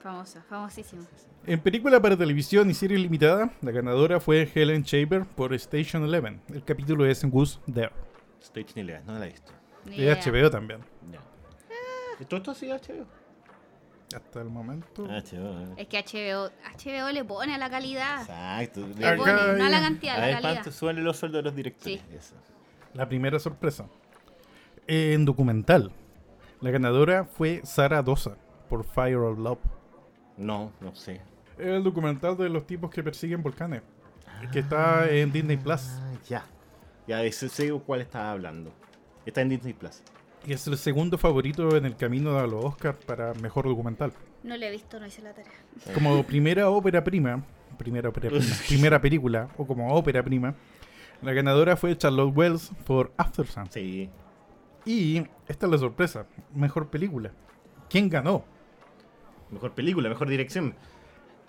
S2: Famoso, famosísimo.
S4: En película para televisión y serie limitada, la ganadora fue Helen Shaver por Station Eleven. El capítulo es Goose There.
S3: Estoy chinilega, no la he visto. Eh,
S2: Ni
S4: De
S2: idea.
S4: HBO también.
S3: Ya. ¿Todo esto sí HBO?
S4: Hasta el momento.
S3: Eh. HBO.
S2: Es que HBO, HBO le pone a la calidad.
S3: Exacto.
S2: Le
S4: Acá
S2: pone, no a la
S4: hay-
S2: cantidad,
S3: A
S2: a la
S3: ver
S2: calidad.
S3: cuánto suelen los sueldos de los directores.
S2: Sí.
S3: Eso.
S4: La primera sorpresa. En documental, la ganadora fue Sara Dosa por Fire of Love.
S3: No, no sé.
S4: El documental de los tipos que persiguen volcanes. Que está en Disney Plus.
S3: Ah, ya. Ya de ese sé cuál estaba hablando. Está en Disney Plus.
S4: Y es el segundo favorito en el camino a los Oscars para mejor documental.
S2: No le he visto, no hice la tarea.
S4: Como primera ópera prima, primera ópera prima, primera película, o como ópera prima, la ganadora fue Charlotte Wells por After Sun.
S3: Sí.
S4: Y esta es la sorpresa, mejor película. ¿Quién ganó?
S3: Mejor película, mejor dirección.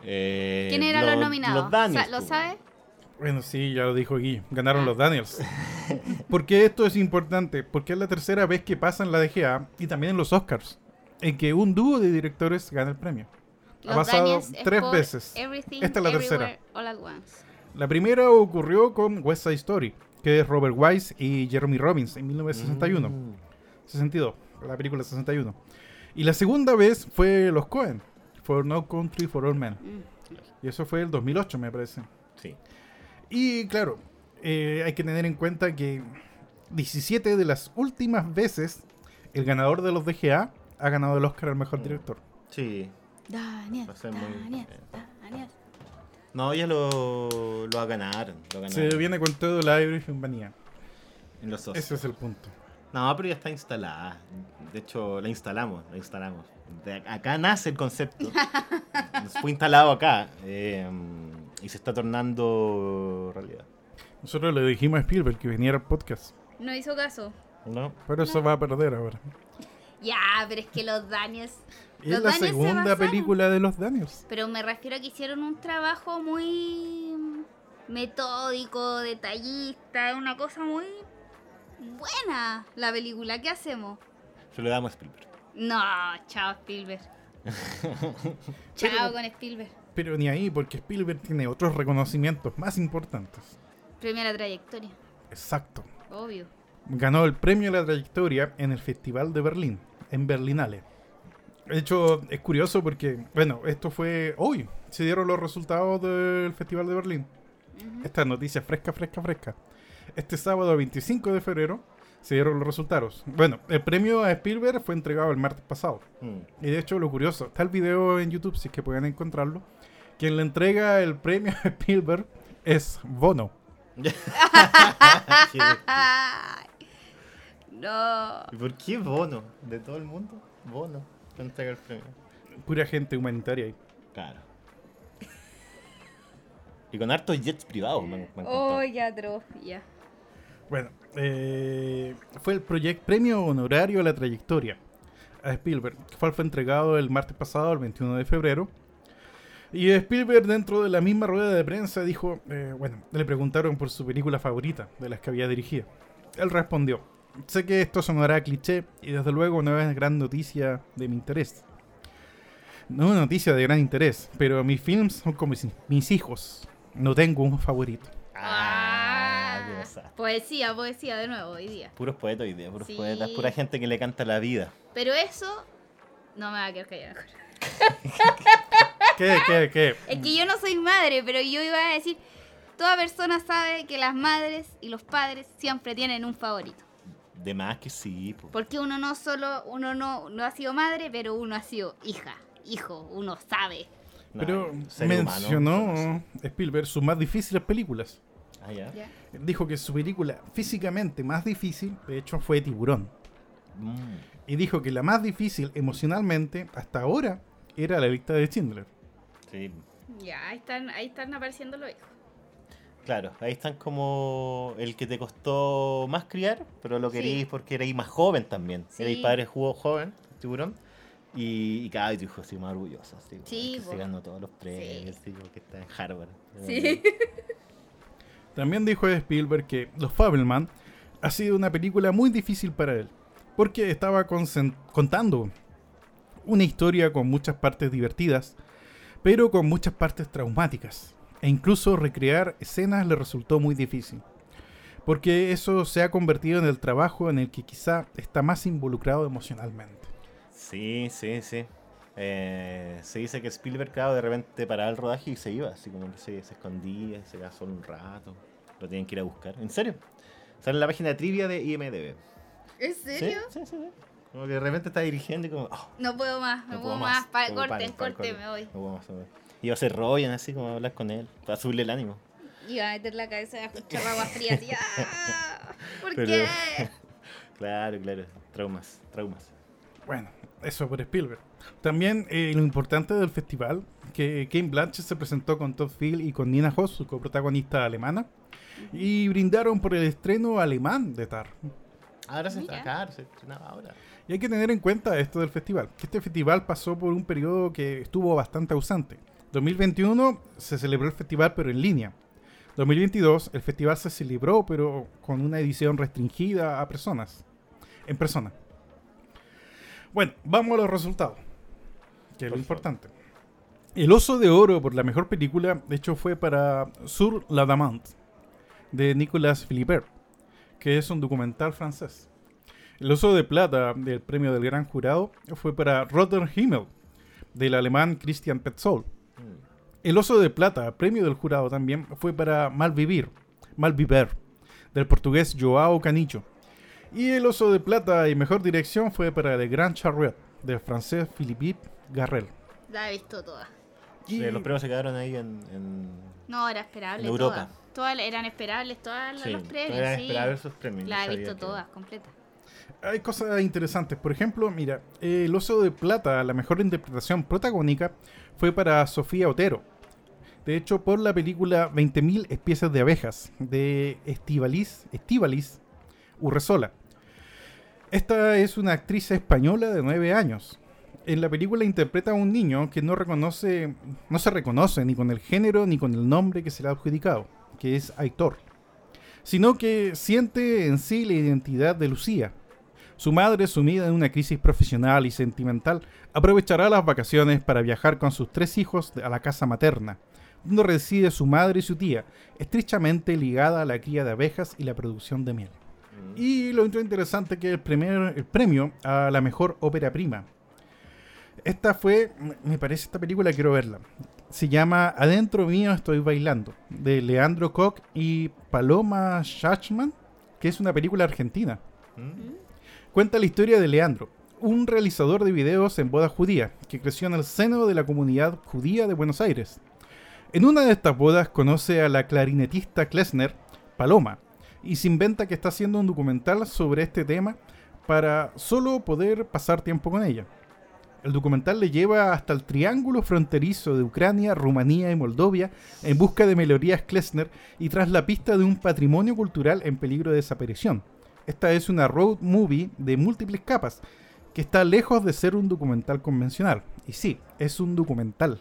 S3: Eh,
S2: ¿Quién eran los nominados?
S3: Los Daniels,
S2: Sa- ¿Lo
S3: pues,
S2: sabes?
S4: Bueno, sí, ya lo dijo Guy, ganaron los Daniels. ¿Por qué esto es importante? Porque es la tercera vez que pasa en la DGA y también en los Oscars, en que un dúo de directores gana el premio. Ha
S2: Los
S4: pasado
S2: Daniels es
S4: tres
S2: por
S4: veces.
S2: Everything,
S4: Esta es la
S2: Everywhere,
S4: tercera.
S2: All at once.
S4: La primera ocurrió con West Side Story, que es Robert Wise y Jeremy Robbins en 1961.
S3: Mm.
S4: 62, la película 61. Y la segunda vez fue Los Cohen, For No Country for All Men.
S2: Mm.
S4: Y eso fue el 2008, me parece.
S3: Sí.
S4: Y claro, eh, hay que tener en cuenta que 17 de las últimas veces el ganador de los DGA ha ganado el Oscar al mejor director.
S3: Sí.
S2: Daniel,
S3: Va a ser muy-
S2: Daniel,
S3: eh.
S2: Daniel.
S3: No, ya lo, lo ganaron. Lo ganaron.
S4: Se viene con todo la Irish compañía.
S3: En los Oscars.
S4: Ese es el punto.
S3: No, pero ya está instalada. De hecho, la instalamos, la instalamos. De ac- acá nace el concepto. Nos Fue instalado acá eh, y se está tornando realidad.
S4: Nosotros le dijimos a Spielberg que viniera al podcast,
S2: No hizo caso.
S3: ¿No?
S4: pero eso va a perder ahora.
S2: Ya, pero es que los Daniels.
S4: Y
S2: Los
S4: es la
S2: Daniels se
S4: segunda
S2: basaron.
S4: película de los Daniels.
S2: Pero me refiero a que hicieron un trabajo muy metódico, detallista, una cosa muy buena la película. ¿Qué hacemos?
S3: Se lo damos a Spielberg.
S2: No, chao Spielberg. chao con Spielberg.
S4: Pero ni ahí, porque Spielberg tiene otros reconocimientos más importantes.
S2: Premia la trayectoria,
S4: Exacto.
S2: obvio.
S4: ganó el premio de la trayectoria en el Festival de Berlín, en Berlinale. De hecho, es curioso porque, bueno, esto fue hoy. Se dieron los resultados del Festival de Berlín. Esta noticia fresca, fresca, fresca. Este sábado 25 de febrero se dieron los resultados. Bueno, el premio a Spielberg fue entregado el martes pasado.
S3: Mm.
S4: Y de hecho, lo curioso, está el video en YouTube, si es que pueden encontrarlo. Quien le entrega el premio a Spielberg es Bono.
S3: Sí.
S2: Ay, no.
S3: ¿Y por qué Bono? De todo el mundo, Bono. Te entrega el premio.
S4: Pura gente humanitaria ahí.
S3: Claro. Y con hartos jets privados, me, me han contado.
S2: Oh, ya atroz, ya.
S4: Bueno, eh, fue el proyec- premio honorario a la trayectoria a Spielberg, que fue, fue entregado el martes pasado, el 21 de febrero. Y Spielberg, dentro de la misma rueda de prensa, dijo: eh, Bueno, le preguntaron por su película favorita de las que había dirigido. Él respondió: Sé que esto sonará cliché y desde luego no es gran noticia de mi interés. No es una noticia de gran interés, pero mis films son como mis- mis hijos. No tengo un favorito.
S3: Ah, qué
S2: Ah,
S3: cosa.
S2: poesía, poesía de nuevo hoy día.
S3: Puros poetas hoy día, puros
S2: Sí.
S3: poetas, pura gente que le canta la vida.
S2: Pero eso no me va a quedar callada.
S4: ¿Qué, qué, qué?
S2: Es
S3: Mm.
S2: que yo no soy madre, pero yo iba a decir, toda persona sabe que las madres y los padres siempre tienen un favorito.
S3: De más que sí, po.
S2: Porque uno no solo, uno no, no ha sido madre, pero uno ha sido hija, hijo, uno sabe.
S3: Nah,
S4: Pero
S3: ser humano,
S4: mencionó
S3: no sé.
S4: Spielberg sus más difíciles películas.
S3: Ah, ya.
S4: Dijo que su película físicamente más difícil, de hecho, fue Tiburón.
S3: Mm.
S4: Y dijo que la más difícil emocionalmente hasta ahora era la lista de Schindler.
S3: Sí,
S2: Ya, ahí están, ahí están apareciendo los hijos.
S3: claro, ahí están como el que te costó más criar, pero lo
S2: Sí.
S3: queréis porque erais más joven también.
S2: Sí.
S3: Erais padre jugó joven, tiburón. Y, y cada tu hijo así más orgulloso, así,
S2: Sí,
S3: que se
S2: po.
S3: ganó todos los premios, así, como que está en Harvard.
S2: Sí.
S4: También dijo Spielberg que Los Fabelman ha sido una película muy difícil para él, porque estaba concen- contando una historia con muchas partes divertidas, pero con muchas partes traumáticas, e incluso recrear escenas le resultó muy difícil, porque eso se ha convertido en el trabajo en el que quizá está más involucrado emocionalmente.
S3: Sí, sí, sí. Eh, se dice que Spielberg, claro, de repente paraba el rodaje y se iba, así como que se, se escondía, se quedaba solo un rato. Lo tienen que ir a buscar. ¿En serio? Sale en la página trivia de IMDB.
S2: ¿En
S3: ¿Sí?
S2: serio?
S3: Sí, sí, sí. Como que de repente está dirigiendo y como, "Oh,
S2: No puedo más, no, puedo más. Pa-
S3: como
S2: corten,
S3: paren, paren,
S2: corten,
S3: corten.
S2: me voy.
S3: No puedo más, no puedo más. Y ellos se rollan así como a hablar con él, para subirle el ánimo.
S2: Iba a meter la cabeza de escuchar agua fría así. ¡ah! ¿Por
S3: Pero-
S2: qué?
S3: Claro, claro, traumas, traumas.
S4: Bueno, eso por Spielberg. También eh, lo importante del festival, que Kane Blanchett se presentó con Todd Field y con Nina Hoss, su coprotagonista alemana, y brindaron por el estreno alemán de TAR.
S3: Ahora se
S2: Mira.
S3: está acá, se estrenaba ahora.
S4: Y hay que tener en cuenta esto del festival, que este festival pasó por un periodo que estuvo bastante ausente. 2021 se celebró el festival pero en línea. 2022 el festival se celebró pero con una edición restringida a personas. En persona. Bueno, vamos a los resultados, que es lo
S3: Por favor.
S4: importante. El oso de oro por la mejor película, de hecho, fue para Sur la Damant, de Nicolas Philibert, que es un documental francés. El oso de plata del premio del gran jurado fue para Rotter Himmel, del alemán Christian Petzold.
S3: Mm.
S4: El oso de plata, premio del jurado también, fue para Malvivir, Malviver, del portugués Joao Canicho. Y el oso de plata y mejor dirección fue para The Grand Charrette, del francés Philippe Garrel.
S2: La he visto toda.
S4: Y
S3: Eh, Los premios se quedaron ahí en... en...
S2: No, era esperable.
S3: En Europa.
S2: Todas, todas eran esperables, todas
S3: Sí,
S2: los premios.
S3: era
S2: sí.
S3: esperar esos premios.
S2: La he
S3: sabía
S2: visto
S3: que-
S2: todas, completa.
S4: hay cosas interesantes. Por ejemplo, mira, eh, el oso de plata, la mejor interpretación protagónica, fue para Sofía Otero. De hecho, por la película 20.000 especies de abejas de Estivaliz, Estivaliz Urresola. Esta es una actriz española de 9 años. En la película interpreta a un niño que no reconoce, no se reconoce ni con el género ni con el nombre que se le ha adjudicado, que es Aitor, sino que siente en sí la identidad de Lucía. Su madre, sumida en una crisis profesional y sentimental, aprovechará las vacaciones para viajar con sus tres hijos a la casa materna, donde reside su madre y su tía, estrechamente ligada a la cría de abejas y la producción de miel. Y lo otro interesante que el, primer, el premio a la mejor ópera prima. Esta fue, me- me parece esta película, quiero verla. Se llama Adentro mío estoy bailando, de Leandro Koch y Paloma Shachman, que es una película argentina.
S3: Mm,
S4: Cuenta la historia de Leandro, un realizador de videos en boda judía, que creció en el seno de la comunidad judía de Buenos Aires. En una de estas bodas conoce a la clarinetista Klesner, Paloma, y se inventa que está haciendo un documental sobre este tema para solo poder pasar tiempo con ella. El documental le lleva hasta el triángulo fronterizo de Ucrania, Rumanía y Moldovia en busca de melodías Klesner y tras la pista de un patrimonio cultural en peligro de desaparición. Esta es una road movie de múltiples capas que está lejos de ser un documental convencional. Y sí, es un documental.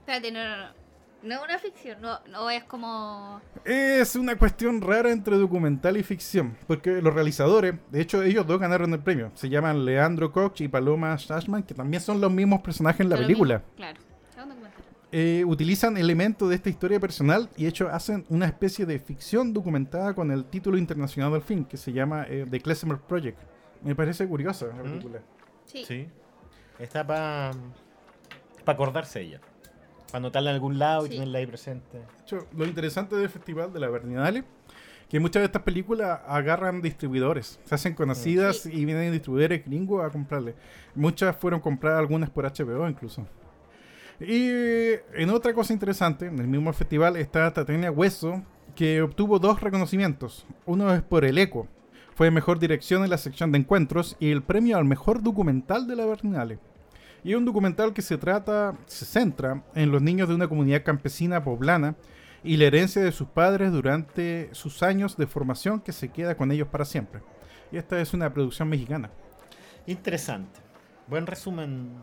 S2: Espérate, no, no, no. No es una ficción, no, no es como.
S4: Es una cuestión rara entre documental y ficción, porque los realizadores, de hecho ellos dos ganaron el premio, se llaman Leandro Koch y Paloma Shashman, que también son los mismos personajes en la
S2: pero lo
S4: película.
S2: mismo, Claro. Es un documental.
S4: Eh, utilizan elementos de esta historia personal y de hecho hacen una especie de ficción documentada con el título internacional del film, que se llama eh, The Klezmer Project. Me parece curiosa la
S3: ¿Mm?
S4: película.
S2: Sí.
S3: Sí. Está para acordarse ella. Para anotarla en algún lado y
S2: Sí.
S3: tenerla ahí presente.
S4: De hecho, lo interesante del festival de la Berlinale que muchas de estas películas agarran distribuidores, se hacen conocidas
S2: Sí.
S4: y vienen distribuidores gringos a comprarle. Muchas fueron compradas, algunas por HBO incluso. Y eh, en otra cosa interesante, en el mismo festival está Tatiana Hueso, que obtuvo dos reconocimientos. Uno es por El Eco, fue mejor dirección en la sección de encuentros y el premio al mejor documental de la Berlinale. Y es un documental que se trata, se centra en los niños de una comunidad campesina poblana y la herencia de sus padres durante sus años de formación que se queda con ellos para siempre. Y esta es una producción mexicana.
S3: Interesante. Buen resumen.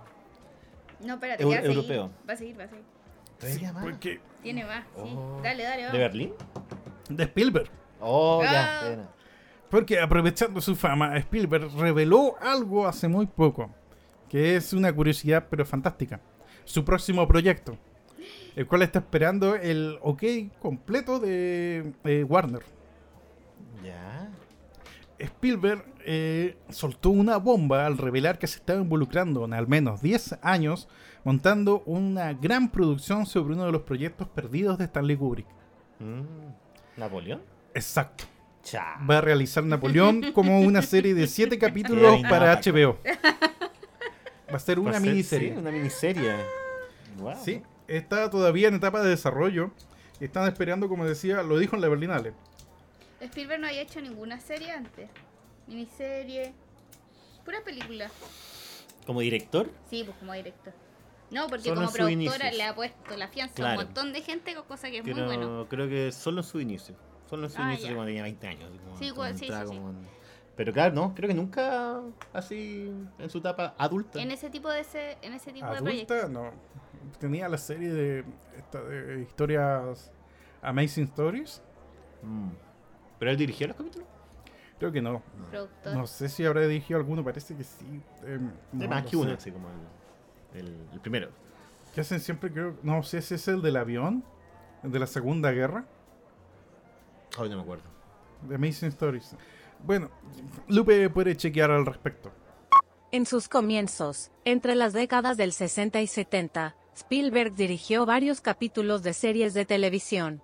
S2: No, espérate,
S3: Eu-
S2: ya va a seguir,
S3: europeo.
S2: Va a seguir, va a seguir.
S3: ¿Todavía más?
S4: Porque
S2: Tiene más, sí.
S3: Oh.
S2: Dale, dale,
S3: ¿De
S2: vamos.
S3: Berlín?
S4: de Spielberg.
S3: Oh,
S2: Ah.
S3: ya. buena.
S4: Porque aprovechando su fama, Spielberg reveló algo hace muy poco, que es una curiosidad pero fantástica. Su próximo proyecto, el cual está esperando el ok completo de eh, Warner.
S3: Ya.
S4: Spielberg eh, soltó una bomba al revelar que se estaba involucrando en al menos 10 años montando una gran producción sobre uno de los proyectos perdidos de Stanley Kubrick.
S3: Mm. ¿Napoleón?
S4: Exacto.
S3: Cha.
S4: Va a realizar Napoleón como una serie de 7 capítulos
S3: Qué
S4: para
S3: innovador.
S4: HBO. Va a ser
S3: Va
S4: una
S3: a ser-
S4: miniserie.
S3: sí, una miniserie.
S2: Ah.
S3: Wow.
S4: Sí, está todavía en etapa de desarrollo. Están esperando, como decía, lo dijo en la Berlinale.
S2: Spielberg no había hecho ninguna serie antes. Miniserie. Pura película.
S3: Como director,
S2: Sí, pues como director. No, porque
S3: Solo en
S2: como
S3: sus
S2: productora
S3: inicios.
S2: le ha puesto la fianza a
S3: Claro.
S2: un montón de gente, cosa que es
S3: creo,
S2: muy bueno.
S3: creo que solo en su inicio. Solo en su
S2: Ah,
S3: inicio
S2: ya.
S3: cuando tenía 20 años. así como-
S2: Sí,
S3: como
S2: igual, sí, sí,
S3: entraba
S2: sí.
S3: como en- Pero claro, no, creo que nunca así en su etapa adulta.
S2: En ese tipo de ese, en ese tipo de proyectos.
S4: adulta, no. Tenía la serie de, esta- de historias Amazing Stories.
S3: Mm. ¿Pero él dirigió los capítulos?
S4: Creo que no.
S2: Productor.
S4: No sé si habrá dirigido alguno, parece que sí. em, no,
S3: De más
S4: no
S3: que una,
S4: sé.
S3: así como el, el- el primero.
S4: Que hacen siempre, creo. No sé si es el del avión, el de la Segunda Guerra,
S3: Hoy no me acuerdo.
S4: de Amazing Stories. Bueno, Lupe puede chequear al respecto.
S1: En sus comienzos, entre las décadas del 60 y 70, Spielberg dirigió varios capítulos de series de televisión.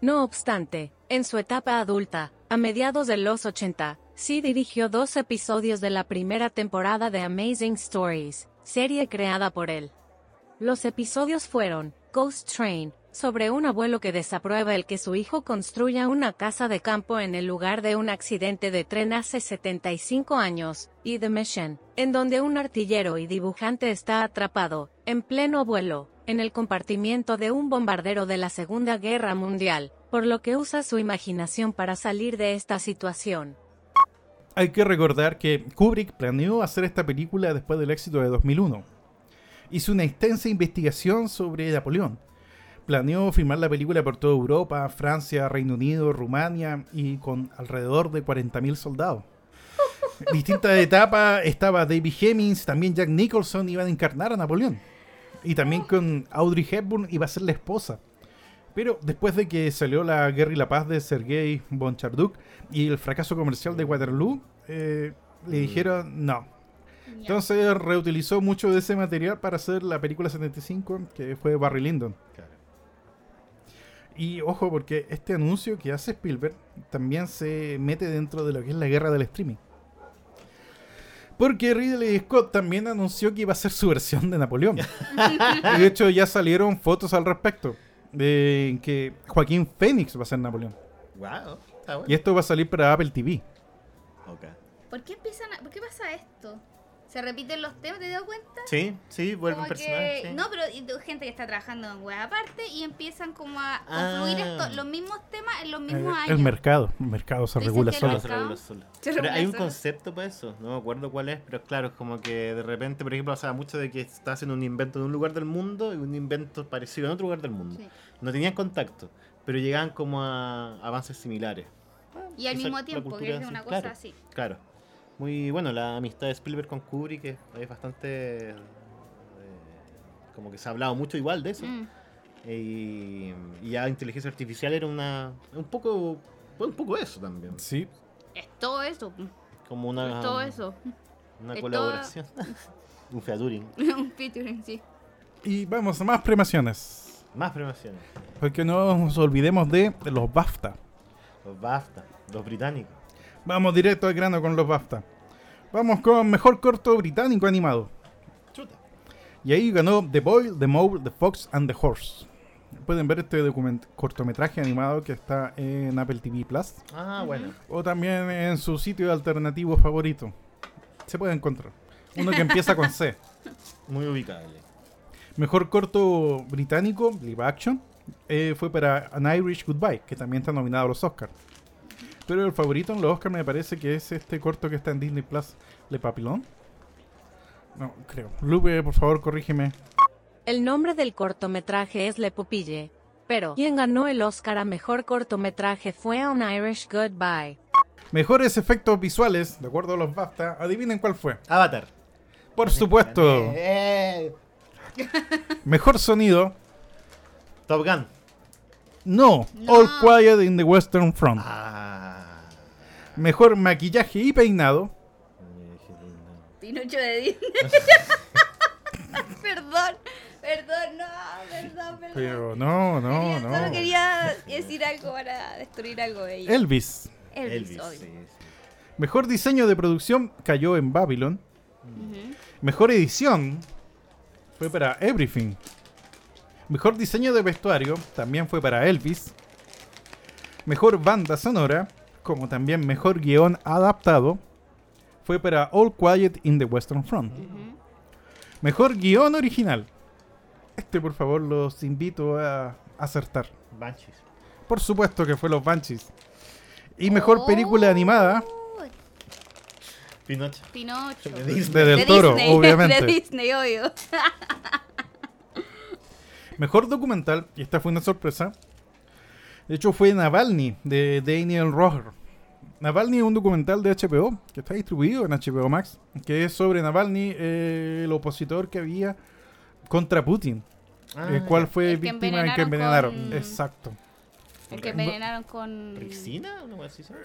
S1: No obstante, en su etapa adulta, a mediados de los 80, sí dirigió dos episodios de la primera temporada de Amazing Stories, serie creada por él. Los episodios fueron Ghost Train, sobre un abuelo que desaprueba el que su hijo construya una casa de campo en el lugar de un accidente de tren hace 75 años, y The Mission, en donde un artillero y dibujante está atrapado, en pleno vuelo, en el compartimiento de un bombardero de la Segunda Guerra Mundial, por lo que usa su imaginación para salir de esta situación.
S4: Hay que recordar que Kubrick planeó hacer esta película después del éxito de 2001. Hizo una extensa investigación sobre Napoleón. Planeó filmar la película por toda Europa, Francia, Reino Unido, Rumania y con alrededor de 40.000 soldados. Distintas etapas estaba David Hemmings, también Jack Nicholson iban a encarnar a Napoleón. Y también con Audrey Hepburn iba a ser la esposa. Pero después de que salió La Guerra y la Paz de Sergei Boncharduk y el fracaso comercial de Waterloo, eh, le dijeron no. Entonces reutilizó mucho de ese material para hacer la película 75, que fue Barry Lyndon.
S3: Claro.
S4: Y ojo, porque este anuncio que hace Spielberg también se mete dentro de lo que es la guerra del streaming. Porque Ridley Scott también anunció que iba a hacer su versión de Napoleón. Y de hecho, ya salieron fotos al respecto de que Joaquín Fénix va a ser Napoleón.
S3: Wow, está bueno.
S4: Y esto va a salir para Apple TV.
S3: Ok.
S2: ¿Por qué empiezan a- ¿Por qué pasa esto? ¿Se repiten los temas? ¿Te das cuenta?
S3: Sí, sí, vuelve
S2: Como
S3: un personaje.
S2: que-
S3: sí.
S2: No, pero y de gente que está trabajando en weas aparte y empiezan como a
S3: Ah.
S2: confluir esto- los mismos temas en los mismos
S4: Eh,
S2: años.
S4: El mercado, el mercado se
S2: Dicen
S4: regula
S2: que
S4: solo.
S3: No,
S2: los-
S3: se regula solo.
S2: Se
S3: Pero
S2: regula
S3: hay un
S2: solo.
S3: concepto para eso, no me acuerdo cuál es, pero claro, es como que de repente, por ejemplo, pasaba mucho de que estás haciendo un invento en un lugar del mundo y un invento parecido en otro lugar del mundo.
S2: Sí.
S3: No tenían contacto, pero llegaban como a avances similares.
S2: Y al
S3: Esa-
S2: mismo
S3: la
S2: tiempo, que
S3: cultura
S2: es
S3: sí,
S2: una
S3: claro.
S2: cosa así.
S3: Claro. Muy bueno, la amistad de Spielberg con Kubrick es, es bastante... eh, como que se ha hablado mucho igual de eso.
S2: Mm.
S3: Y, y ya inteligencia artificial era una... Un poco... fue Un poco eso también.
S4: Sí,
S2: Es todo eso. po.
S3: Como
S4: Ah.
S3: una...
S2: Es todo eso.
S3: Una
S2: Es
S3: colaboración. un featuring.
S2: un featuring, sí.
S4: y vamos a más premaciones.
S3: Más premiaciones.
S4: Porque no nos olvidemos de los BAFTA.
S3: Los BAFTA, los británicos.
S4: Vamos directo al grano con los BAFTA. Vamos con mejor corto británico animado.
S3: Chuta.
S4: Y ahí ganó The Boy, The Mole, The Fox and The Horse. Pueden ver este document- cortometraje animado que está en Apple TV Plus
S3: Ah, bueno.
S4: o también en su sitio alternativo favorito. Se puede encontrar. Uno que empieza con C.
S3: Muy ubicable.
S4: Mejor corto británico, live action, eh, fue para An Irish Goodbye, que también está nominado a los Oscars. Pero el favorito en los Oscars me parece que es este corto que está en Disney Plus, Le Papillon. No, creo. Lupe, por favor, corrígeme.
S1: El nombre del cortometraje es Le Pupille. Pero quien ganó el Oscar a mejor cortometraje fue a un Irish Goodbye.
S4: Mejores efectos visuales, de acuerdo a los BAFTA, adivinen cuál fue.
S3: Avatar.
S4: Por supuesto,
S3: Eh,
S4: mejor sonido,
S3: Top Gun.
S4: no,
S2: No.
S4: All Quiet in the Western Front.
S3: Ah.
S4: Mejor maquillaje y peinado,
S3: eh, qué lindo.
S2: Pinocho de Disney. perdón, perdón, no, perdón, perdón.
S4: pero no, no,
S2: Quería- Solo
S4: no.
S2: quería decir algo para destruir algo de ella.
S4: Elvis,
S2: Elvis,
S3: Elvis,
S2: obvio.
S3: sí, sí.
S4: Mejor diseño de producción cayó en Babylon.
S2: Ujú.
S4: Mejor edición fue para Everything. Mejor diseño de vestuario también fue para Elvis. Mejor banda sonora, como también mejor guión adaptado, fue para All Quiet in the Western Front. Mejor guión original. Este, por favor, los invito a acertar.
S3: Banshees.
S4: Por supuesto que fue Los Banshees. Y mejor
S2: Oh,
S4: película animada.
S3: Pinocho.
S2: Pinocho.
S3: De Disney.
S4: De Del Toro,
S2: Disney,
S4: obviamente.
S2: De Disney, obvio.
S4: Mejor documental, y esta fue una sorpresa. De hecho, fue Navalny de Daniel Roger. Navalny es un documental de HBO que está distribuido en HBO Max, que es sobre Navalny, eh, el opositor que había contra Putin,
S3: Ah, Eh,
S4: el cual fue
S2: El que
S4: víctima en que
S2: envenenaron
S4: envenenaron.
S2: con-
S4: Exacto.
S2: El que envenenaron con.
S3: ¿Rixina? ¿No así se llama?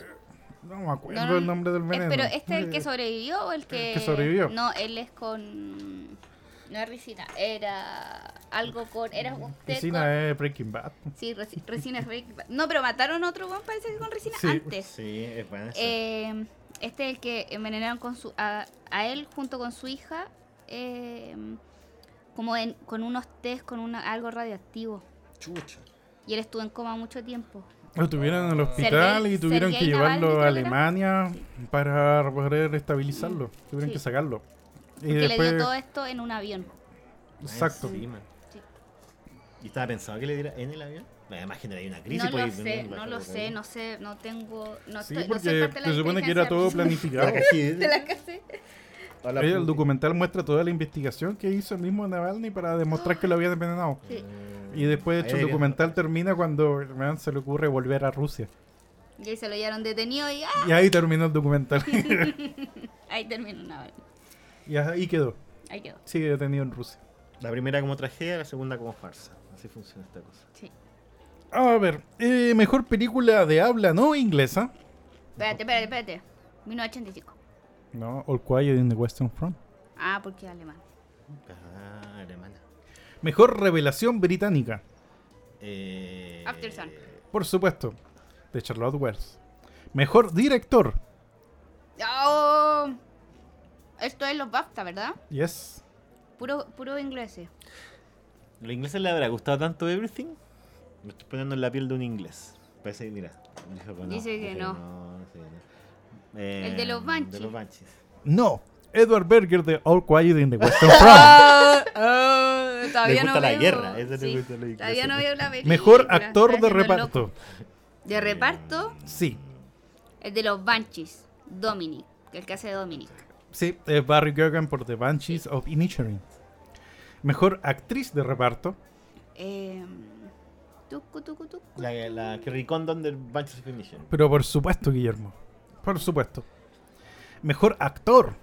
S4: No me acuerdo
S2: No, no,
S4: el nombre del
S2: Es-
S4: veneno.
S2: pero este es el que
S4: Eh,
S2: sobrevivió o el que.
S4: que sobrevivió.
S2: No, él es con. No es resina, era algo con. Era usted
S4: Ricina
S2: con-
S4: es Breaking Bad.
S2: Sí, resi- resina es Rick. No, pero mataron otro weón, parece que con resina
S4: Sí.
S2: antes.
S3: Sí, es buena esa.
S2: Eh, este es el que envenenaron con su, a, a él junto con su hija, eh, como en- con unos test, con una, algo radioactivo.
S3: Chucha.
S2: Y él estuvo en coma mucho tiempo.
S4: Lo tuvieron en el hospital
S2: Sergei-
S4: y tuvieron
S2: Sergei
S4: que
S2: Navalny,
S4: llevarlo a
S2: creo que era.
S4: Alemania para poder estabilizarlo. Tuvieron
S2: Sí.
S4: que sacarlo. Y
S2: Que le
S4: después-
S2: dio todo esto en un avión.
S4: Exacto.
S3: Encima.
S2: Sí.
S3: ¿Y estaba pensado que le diera en el avión? No, además generaría una crisis. pues,
S2: No lo
S3: porque-
S2: sé, no lo
S3: porque-
S2: sé, no sé, no tengo. No
S4: Sí,
S2: estoy- no soy
S4: porque
S2: parte de la
S4: se supone que era todo
S2: inteligencia
S4: planificado.
S2: artificial. Te la casé.
S3: Hola,
S4: El
S3: Putin.
S4: documental muestra toda la investigación que hizo el mismo Navalny para demostrar que lo había envenenado.
S2: Sí.
S4: Y después, de hecho,
S3: Ahí deberían-
S4: el documental termina cuando el man se le ocurre volver a Rusia.
S2: Y ahí se lo llevaron detenido y ¡ah!
S4: Y ahí terminó el documental.
S2: ahí terminó una
S4: y ahí quedó.
S2: Ahí quedó.
S4: Sigue detenido en Rusia.
S3: La primera como tragedia, la segunda como farsa. Así funciona esta cosa.
S2: Sí.
S4: A ver, eh, mejor película de habla no inglesa.
S2: Espérate, espérate, espérate. 1985.
S4: No, All Quiet in the Western Front.
S2: Ah, porque es alemán.
S3: Ah, alemana.
S4: Mejor revelación británica.
S3: Eh,
S2: After Sun.
S4: Por supuesto, de Charlotte Wells. Mejor director.
S2: Oh, esto es los BAFTA, ¿verdad?
S4: Yes.
S2: Puro, puro ingleses.
S3: ¿Los ingleses le habrá gustado tanto Everything? Me estoy poniendo en la piel de un inglés. Parece que, mira. dijo no,
S2: Dice que
S3: dice
S2: no.
S3: dice que no. Eh,
S2: El de los Banshees.
S4: No, Edward Berger de All Quiet in the Western Front.
S2: Ah, todavía
S3: Le gusta
S2: no
S3: la
S2: veo-
S3: guerra, eso le gusta a los
S2: Todavía
S3: ingleses.
S2: no veo la película.
S4: Mejor
S2: está
S4: actor de
S2: haciendo el
S4: reparto.
S2: loco. De reparto,
S4: Sí,
S2: el de los Banshees, Dominic, el que hace de Dominic.
S4: sí, es Barry Gergan por The Banshees of Inisherin. Mejor actriz de reparto.
S2: Eh, tucu, tucu, tucu.
S3: La, la Kerry Condon del Banshees of Inisherin.
S4: Pero por supuesto, Guillermo. Por supuesto. Mejor actor.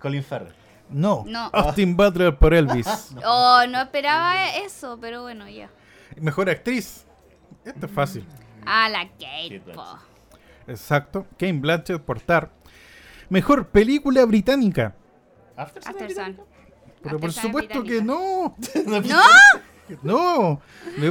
S3: Colin Farrell.
S4: No.
S2: No.
S4: Austin Butler por Elvis.
S2: Oh, no esperaba
S3: Mm.
S2: eso, pero bueno, ya.
S4: Mejor actriz. Esto es fácil.
S2: Ah, la Kate,
S3: Kate
S2: po.
S3: Blanchett.
S4: Exacto. Kane Blanchett por Tar. Mejor película británica.
S3: After Sun.
S2: After Sun.
S4: Pero
S2: After
S4: por
S2: Sun
S4: supuesto que
S2: británica.
S4: no.
S2: ¡No!
S4: No. The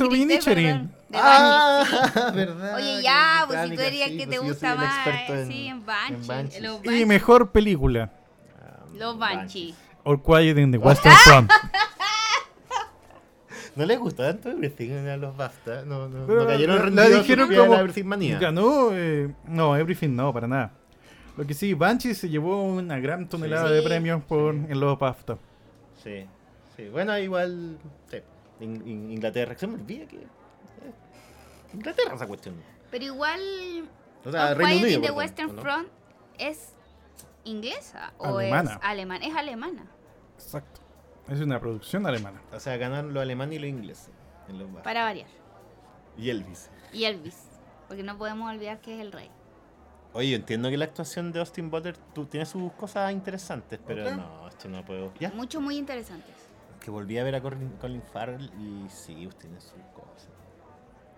S4: of
S2: Grité,
S4: Inisherin.
S2: perdón, de
S3: Ah, verdad.
S2: Oye,
S3: que
S2: ya,
S3: es
S2: pues si tú
S3: británica,
S2: dirías
S3: sí,
S2: que
S3: pues
S2: te
S3: sí, yo soy
S2: gusta
S3: el
S2: más,
S3: experto en-
S2: sí, en Banshee.
S3: en Banshees.
S2: Los
S4: Y
S2: Banshees.
S4: mejor película.
S3: Ah.
S2: Los Banshee.
S4: All Quiet in the
S2: Ah.
S4: Western Front.
S3: No les gustó tanto Everything a los BAFTA. No, no,
S4: Pero
S3: no cayeron
S4: la- la
S3: rendidos.
S4: dijeron
S3: supieron
S4: como-
S3: la Everything manía.
S4: Ganó. eh, no, Everything no, para nada. Lo que sí, Banshee se llevó una gran tonelada
S2: Sí.
S4: de premios por, en los BAFTA.
S3: Sí, sí. Bueno, igual. Sí. In- in- Inglaterra. Se me olvida que. eh, Inglaterra esa cuestión.
S2: Pero igual,
S3: O sea,
S2: All
S3: Reino
S2: Quiet
S3: Unido.
S2: in the
S3: perdón, ¿o
S2: Western
S3: no?
S2: Front es inglesa o
S4: Alemana.
S2: es alemana. Es alemana.
S4: Exacto. Es una producción alemana.
S3: O sea, ganaron los alemanes y los ingleses. En los BAFTA.
S2: Para variar.
S3: Y Elvis.
S2: Y Elvis. Porque no podemos olvidar que es el rey.
S3: Oye, yo entiendo que la actuación de Austin Butler tú, tiene sus cosas interesantes, pero
S4: Ok.
S3: no, esto no puedo. Ya.
S2: Muchos muy interesantes.
S3: Que volví a ver a Colin, Colin Farrell y sí, usted tiene sus cosas.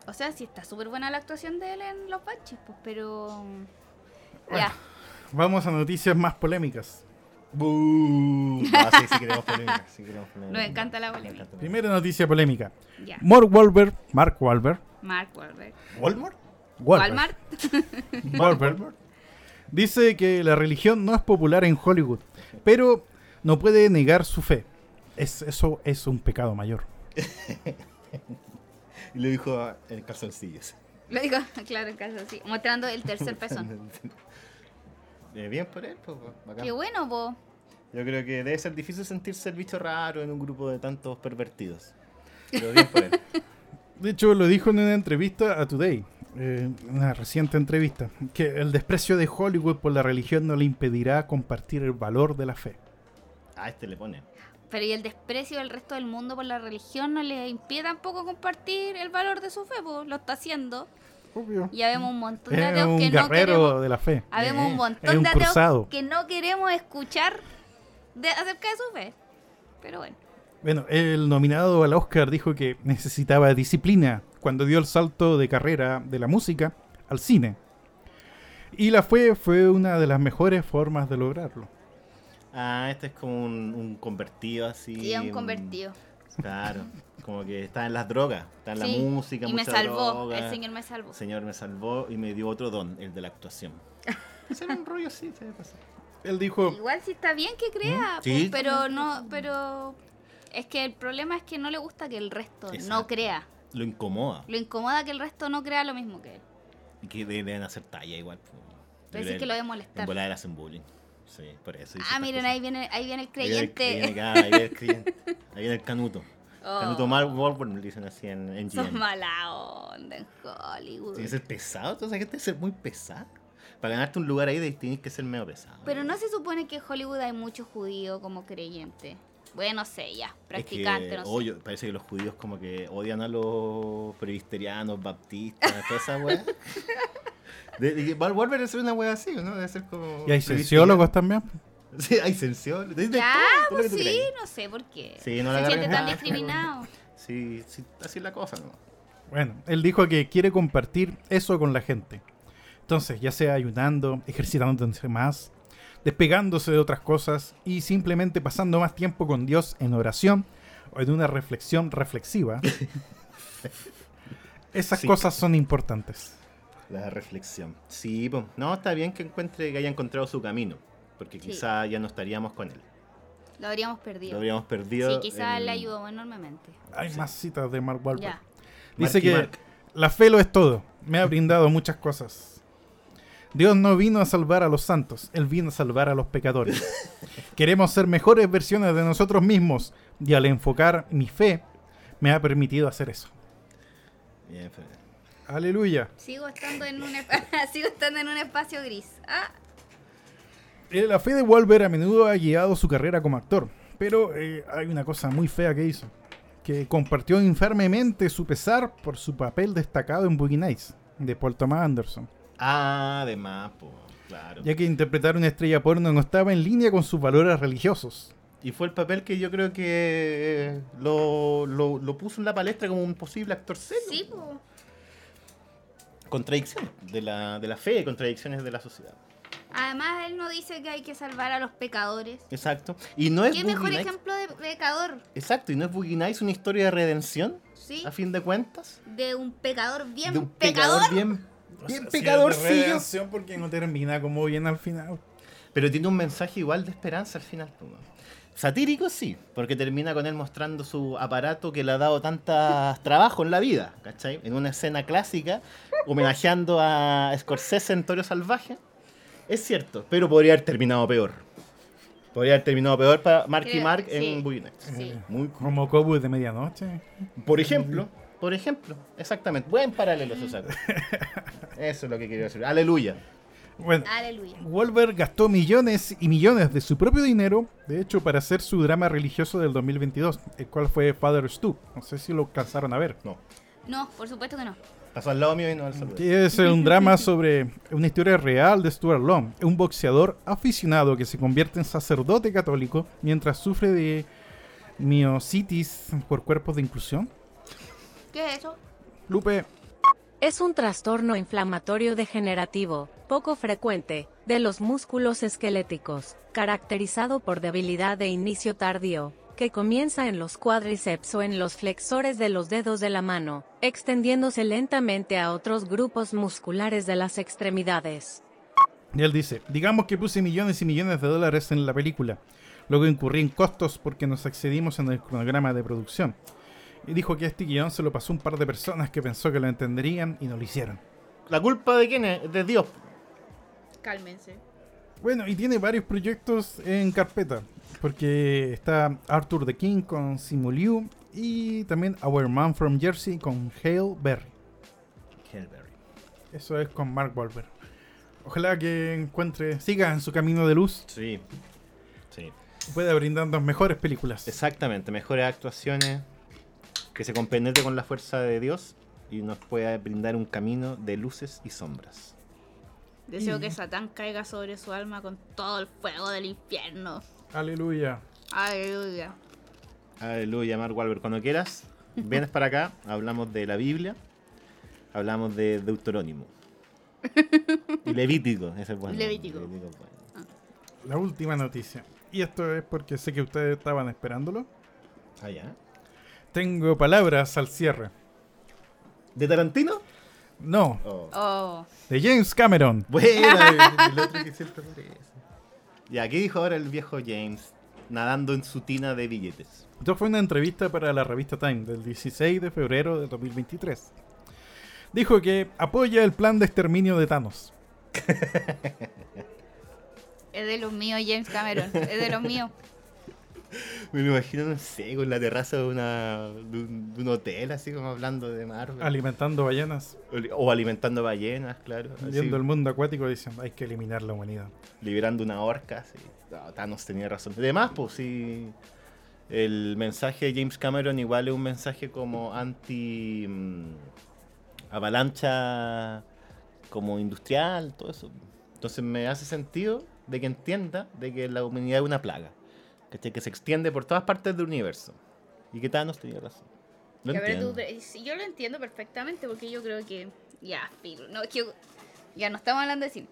S2: O sea, sí está súper buena la actuación de él en Los Banshees, pues, pero... Ya.
S4: Vamos a noticias más polémicas.
S3: ¡Buu! Ah, sí, sí queremos polémica. Sí queremos polémica.
S2: Nos encanta la
S3: Nos
S2: polémica.
S3: encanta.
S4: Primera noticia polémica.
S2: Ya.
S4: Mark Wahlberg, Mark Wahlberg,
S2: Mark Wahlberg.
S3: ¿Walmart?
S2: Walmart.
S4: Wahlberg, dice que la religión no es popular en Hollywood, pero no puede negar su fe. Es, eso es un pecado mayor.
S3: Y lo dijo ah, en calzoncillos.
S2: Lo digo, claro, en caso así. Mostrando el tercer pezón.
S3: Eh, bien por él, pues, bacán.
S2: Qué bueno, po.
S3: Yo creo que debe ser difícil sentirse el bicho raro en un grupo de tantos pervertidos. Pero bien por él.
S4: De hecho, lo dijo en una entrevista a Today, eh, una reciente entrevista, que el desprecio de Hollywood por la religión no le impedirá compartir el valor de la fe.
S3: Ah, este le pone.
S2: Pero y el desprecio del resto del mundo por la religión no le impide tampoco compartir el valor de su fe, po. Lo está haciendo.
S4: Obvio.
S2: Y habemos un montón de
S4: Es
S2: ateos
S4: un
S2: que no queremos...
S4: guerrero de la fe.
S2: Habemos un
S4: es
S2: montón
S4: un
S2: de ateos
S4: cruzado.
S2: que no queremos escuchar de, acerca de su fe. Pero bueno.
S4: Bueno, el nominado al Oscar dijo que necesitaba disciplina cuando dio el salto de carrera de la música al cine. Y la fue fue una de las mejores formas de lograrlo.
S3: Ah, este es como un, un convertido así.
S2: Sí, es un convertido.
S3: Claro. Como que está en las drogas, está en
S2: Sí,
S3: la música,
S2: Y me
S3: mucha
S2: salvó.
S3: droga.
S2: El Señor me salvó.
S3: Señor me salvó y me dio otro don, el de la actuación. Ese era un rollo así, se debe pasar.
S4: Él dijo,
S2: Igual sí está bien que crea, pues,
S3: ¿Mm? Sí.
S2: pero no, pero es que el problema es que no le gusta que el resto no
S3: Exacto.
S2: crea.
S3: Lo incomoda.
S2: Lo incomoda que el resto no crea lo mismo que él.
S3: Y que de- deben hacer talla igual. pues. Yo
S2: Pero sí
S3: creo
S2: que lo debe molestar.
S3: En volar hacen bullying. Sí, por eso. dice
S2: Ah,
S3: estas
S2: miren,
S3: cosas.
S2: ahí viene, ahí viene el
S3: Ahí viene el-
S2: creyente.
S3: Ahí viene, claro, ahí viene el creyente. Ahí viene el canuto.
S2: Oh,
S3: Canuto mal Wahlberg, le dicen así en, en
S2: Sos
S3: GM.
S2: mala onda en Hollywood.
S3: Tienes que ser pesado, toda esa gente debe ser muy pesada. Para ganarte un lugar ahí de- tienes que ser medio pesado.
S2: Pero no se supone que en Hollywood hay muchos judíos como creyente. Bueno, no sé, ya, practicante,
S3: Es que,
S2: no sé.
S3: oh, yo- parece que los judíos como que odian a los presbiterianos, baptistas, toda esa weá. De, de, Val Warner debe ser una weá así, ¿no? Debe ser como.
S4: ¿y hay cienciólogos también?
S3: presbiteriano. Sí, hay cienciólogos. de- de
S2: Ya,
S3: todo, todo lo
S2: pues
S3: que tú
S2: sí,
S3: creas.
S2: no sé por qué.
S3: Sí, no la
S2: se
S3: agarren
S2: siente tan
S3: nada.
S2: discriminado.
S3: Sí, sí, así es la cosa, ¿no?
S4: Bueno, él dijo que quiere compartir eso con la gente. Entonces, ya sea ayunando, ejercitándose más, despegándose de otras cosas y simplemente pasando más tiempo con Dios en oración o en una reflexión reflexiva. Esas
S3: Sí.
S4: cosas son importantes.
S3: La reflexión. Sí, po. no, está bien que encuentre que haya encontrado su camino, porque
S2: Sí.
S3: quizá ya no estaríamos con él.
S2: Lo habríamos
S3: Lo
S2: perdido.
S3: habríamos perdido.
S2: sí, quizás
S3: el-
S2: le ayudó enormemente.
S4: Hay más citas de Mark Wahlberg.
S2: Ya.
S4: Dice
S3: Marky
S4: que
S3: Mark.
S4: la fe lo es todo. Me ha brindado muchas cosas. Dios no vino a salvar a los santos, Él vino a salvar a los pecadores. Queremos ser mejores versiones de nosotros mismos y al enfocar mi fe me ha permitido hacer eso.
S3: Bien, fe-
S4: Aleluya.
S2: Sigo estando en un esp- sigo estando en un espacio gris. Ah,
S4: Eh, La fe de Wahlberg a menudo ha guiado su carrera como actor, pero eh, hay una cosa muy fea que hizo, que compartió infermemente su pesar por su papel destacado en Boogie Nights de Paul Thomas Anderson.
S3: Ah, además, po, claro.
S4: ya que interpretar una estrella porno no estaba en línea con sus valores religiosos.
S3: Y fue el papel que yo creo que lo, lo- lo puso en la palestra como un posible actor serio.
S2: sí, po.
S3: Contradicciones de la, de la fe, contradicciones de la sociedad.
S2: Además, él no dice que hay que salvar a los pecadores.
S3: Exacto. Y no es
S2: ¿Qué
S3: Boogie
S2: mejor
S3: Nights-
S2: ejemplo de pecador?
S3: Exacto, y no es Boogie Nights una historia de redención,
S2: Sí,
S3: a fin de cuentas.
S2: de un pecador bien
S3: de un
S2: pecador.
S3: pecador bien, bien pecadorcillo.
S4: porque no termina como bien al final.
S3: Pero tiene un mensaje igual de esperanza al final. po, weón. Satírico sí, porque termina con él mostrando su aparato que le ha dado tantas trabajo en la vida, ¿cachai? En una escena clásica, homenajeando a Scorsese en Toro Salvaje. Es cierto, pero podría haber terminado peor. Podría haber terminado peor para Mark y
S2: Creo-
S3: Mark
S2: Eh, sí.
S3: en Boogie Nights.
S2: Sí.
S3: Muy cool.
S4: Como Cobu de medianoche.
S3: Por ejemplo, por ejemplo, exactamente. Buen paralelo, Susana. Eso es lo que quería decir. Aleluya.
S4: Bueno,
S2: Aleluya.
S4: Wolver gastó millones y millones de su propio dinero, de hecho, para hacer su drama religioso del 2022, el cual fue Father Stu. No sé si lo alcanzaron a ver.
S3: No,
S2: No, por supuesto que no.
S3: pasó al lado mío y no al saludo.
S4: Que es un drama sobre una historia real de Stuart Long, un boxeador aficionado que se convierte en sacerdote católico mientras sufre de miocitis por cuerpos de inclusión.
S2: ¿Qué es eso?
S4: Lupe,
S1: Es un trastorno inflamatorio degenerativo, poco frecuente, de los músculos esqueléticos, caracterizado por debilidad de inicio tardío, que comienza en los cuádriceps o en los flexores de los dedos de la mano, extendiéndose lentamente a otros grupos musculares de las extremidades.
S4: y él dice, digamos que puse millones y millones de dólares en la película, luego incurrí en costos porque nos excedimos en el cronograma de producción. Y dijo que este guión se lo pasó un par de personas que pensó que lo entenderían y no lo hicieron.
S3: ¿La culpa de quién es? De Dios.
S2: Cálmense.
S4: Bueno, y tiene varios proyectos en carpeta. Porque está Arthur the King con Simu Liu y también Our Man from Jersey con Hale Berry. Eso es con Mark Wahlberg. Ojalá que encuentre, siga en su camino de luz
S3: Sí. Sí.
S4: y pueda brindarnos mejores películas.
S3: Exactamente. Mejores actuaciones. Que se compenetre con la fuerza de Dios y nos pueda brindar un camino de luces y sombras.
S2: Deseo
S4: Y-
S2: que Satán caiga sobre su alma con todo el fuego del infierno.
S4: Aleluya.
S2: Aleluya.
S3: Aleluya, Mark Wahlberg. Cuando quieras, vienes para acá. Hablamos de la Biblia. Hablamos de Deuterónimo. Y Levítico. Ese es bueno.
S2: Levítico.
S3: es bueno.
S4: La última noticia. Y esto es porque sé que ustedes estaban esperándolo.
S3: Ah, ya.
S4: Tengo palabras al cierre.
S3: ¿De Tarantino?
S4: No,
S3: Oh.
S2: Oh,
S4: de James Cameron.
S3: Buena, el otro que siempre aparece. Y aquí dijo ahora el viejo James, nadando en su tina de billetes.
S4: Esto fue una entrevista para la revista Time del 16 de febrero de 2023. Dijo que apoya el plan de exterminio de Thanos.
S2: es de los míos, James Cameron. Es de los míos.
S3: Me lo imagino, no sé, con la terraza de, una, de, un, de un hotel, así como hablando de Marvel.
S4: Alimentando ballenas,
S3: o alimentando ballenas, claro. así,
S4: viendo el mundo acuático, dicen, hay que eliminar la humanidad.
S3: liberando una orca. Así. No, Thanos tenía razón. Además, pues sí, el mensaje de James Cameron igual es un mensaje como anti... mm, avalancha como industrial, todo eso. Entonces me hace sentido de que entienda de que la humanidad es una plaga, ¿cachai? que se extiende por todas partes del universo. Y que Thanos tenía razón. Lo
S2: Que a ver,
S3: entiendo.
S2: tú pre- sí, yo lo entiendo perfectamente porque yo creo que. Ya, filo. No, es que. Ya no estamos hablando de cine.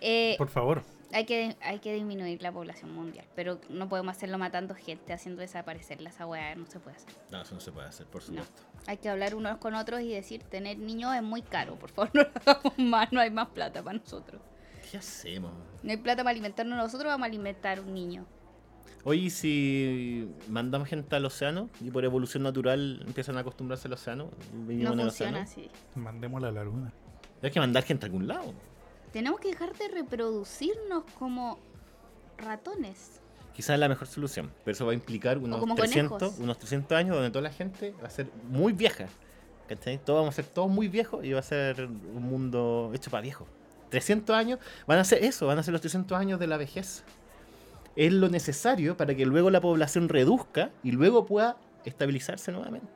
S2: Eh,
S4: Por favor.
S2: hay, que, hay que disminuir la población mundial, pero no podemos hacerlo matando gente, haciendo desaparecer esa weá, no se puede hacer.
S3: No, eso no se puede hacer, por
S2: No.
S3: supuesto.
S2: Hay que hablar unos con otros y decir: tener niños es muy caro, por favor, no lo hagamos más, no hay más plata para nosotros.
S3: ¿Qué hacemos?
S2: No hay plata para alimentarnos nosotros, vamos a alimentar un niño.
S3: Oye, ¿y si mandamos gente al océano y por evolución natural empiezan a acostumbrarse al océano, vivimos
S2: No
S3: en el
S2: funciona así.
S3: océano.
S4: Mandémosla a la luna.
S3: Hay que mandar gente a algún lado.
S2: Tenemos que dejar de reproducirnos como ratones.
S3: Quizás es la mejor solución, pero eso va a implicar unos
S2: como
S3: 300,
S2: conejos.
S3: unos 300 años donde toda la gente va a ser muy vieja. ¿Cachai? Todos vamos a ser todos muy viejos y va a ser un mundo hecho para viejos. 300 años van a ser eso, van a ser los 300 años de la vejez. Es lo necesario para que luego la población reduzca y luego pueda estabilizarse nuevamente.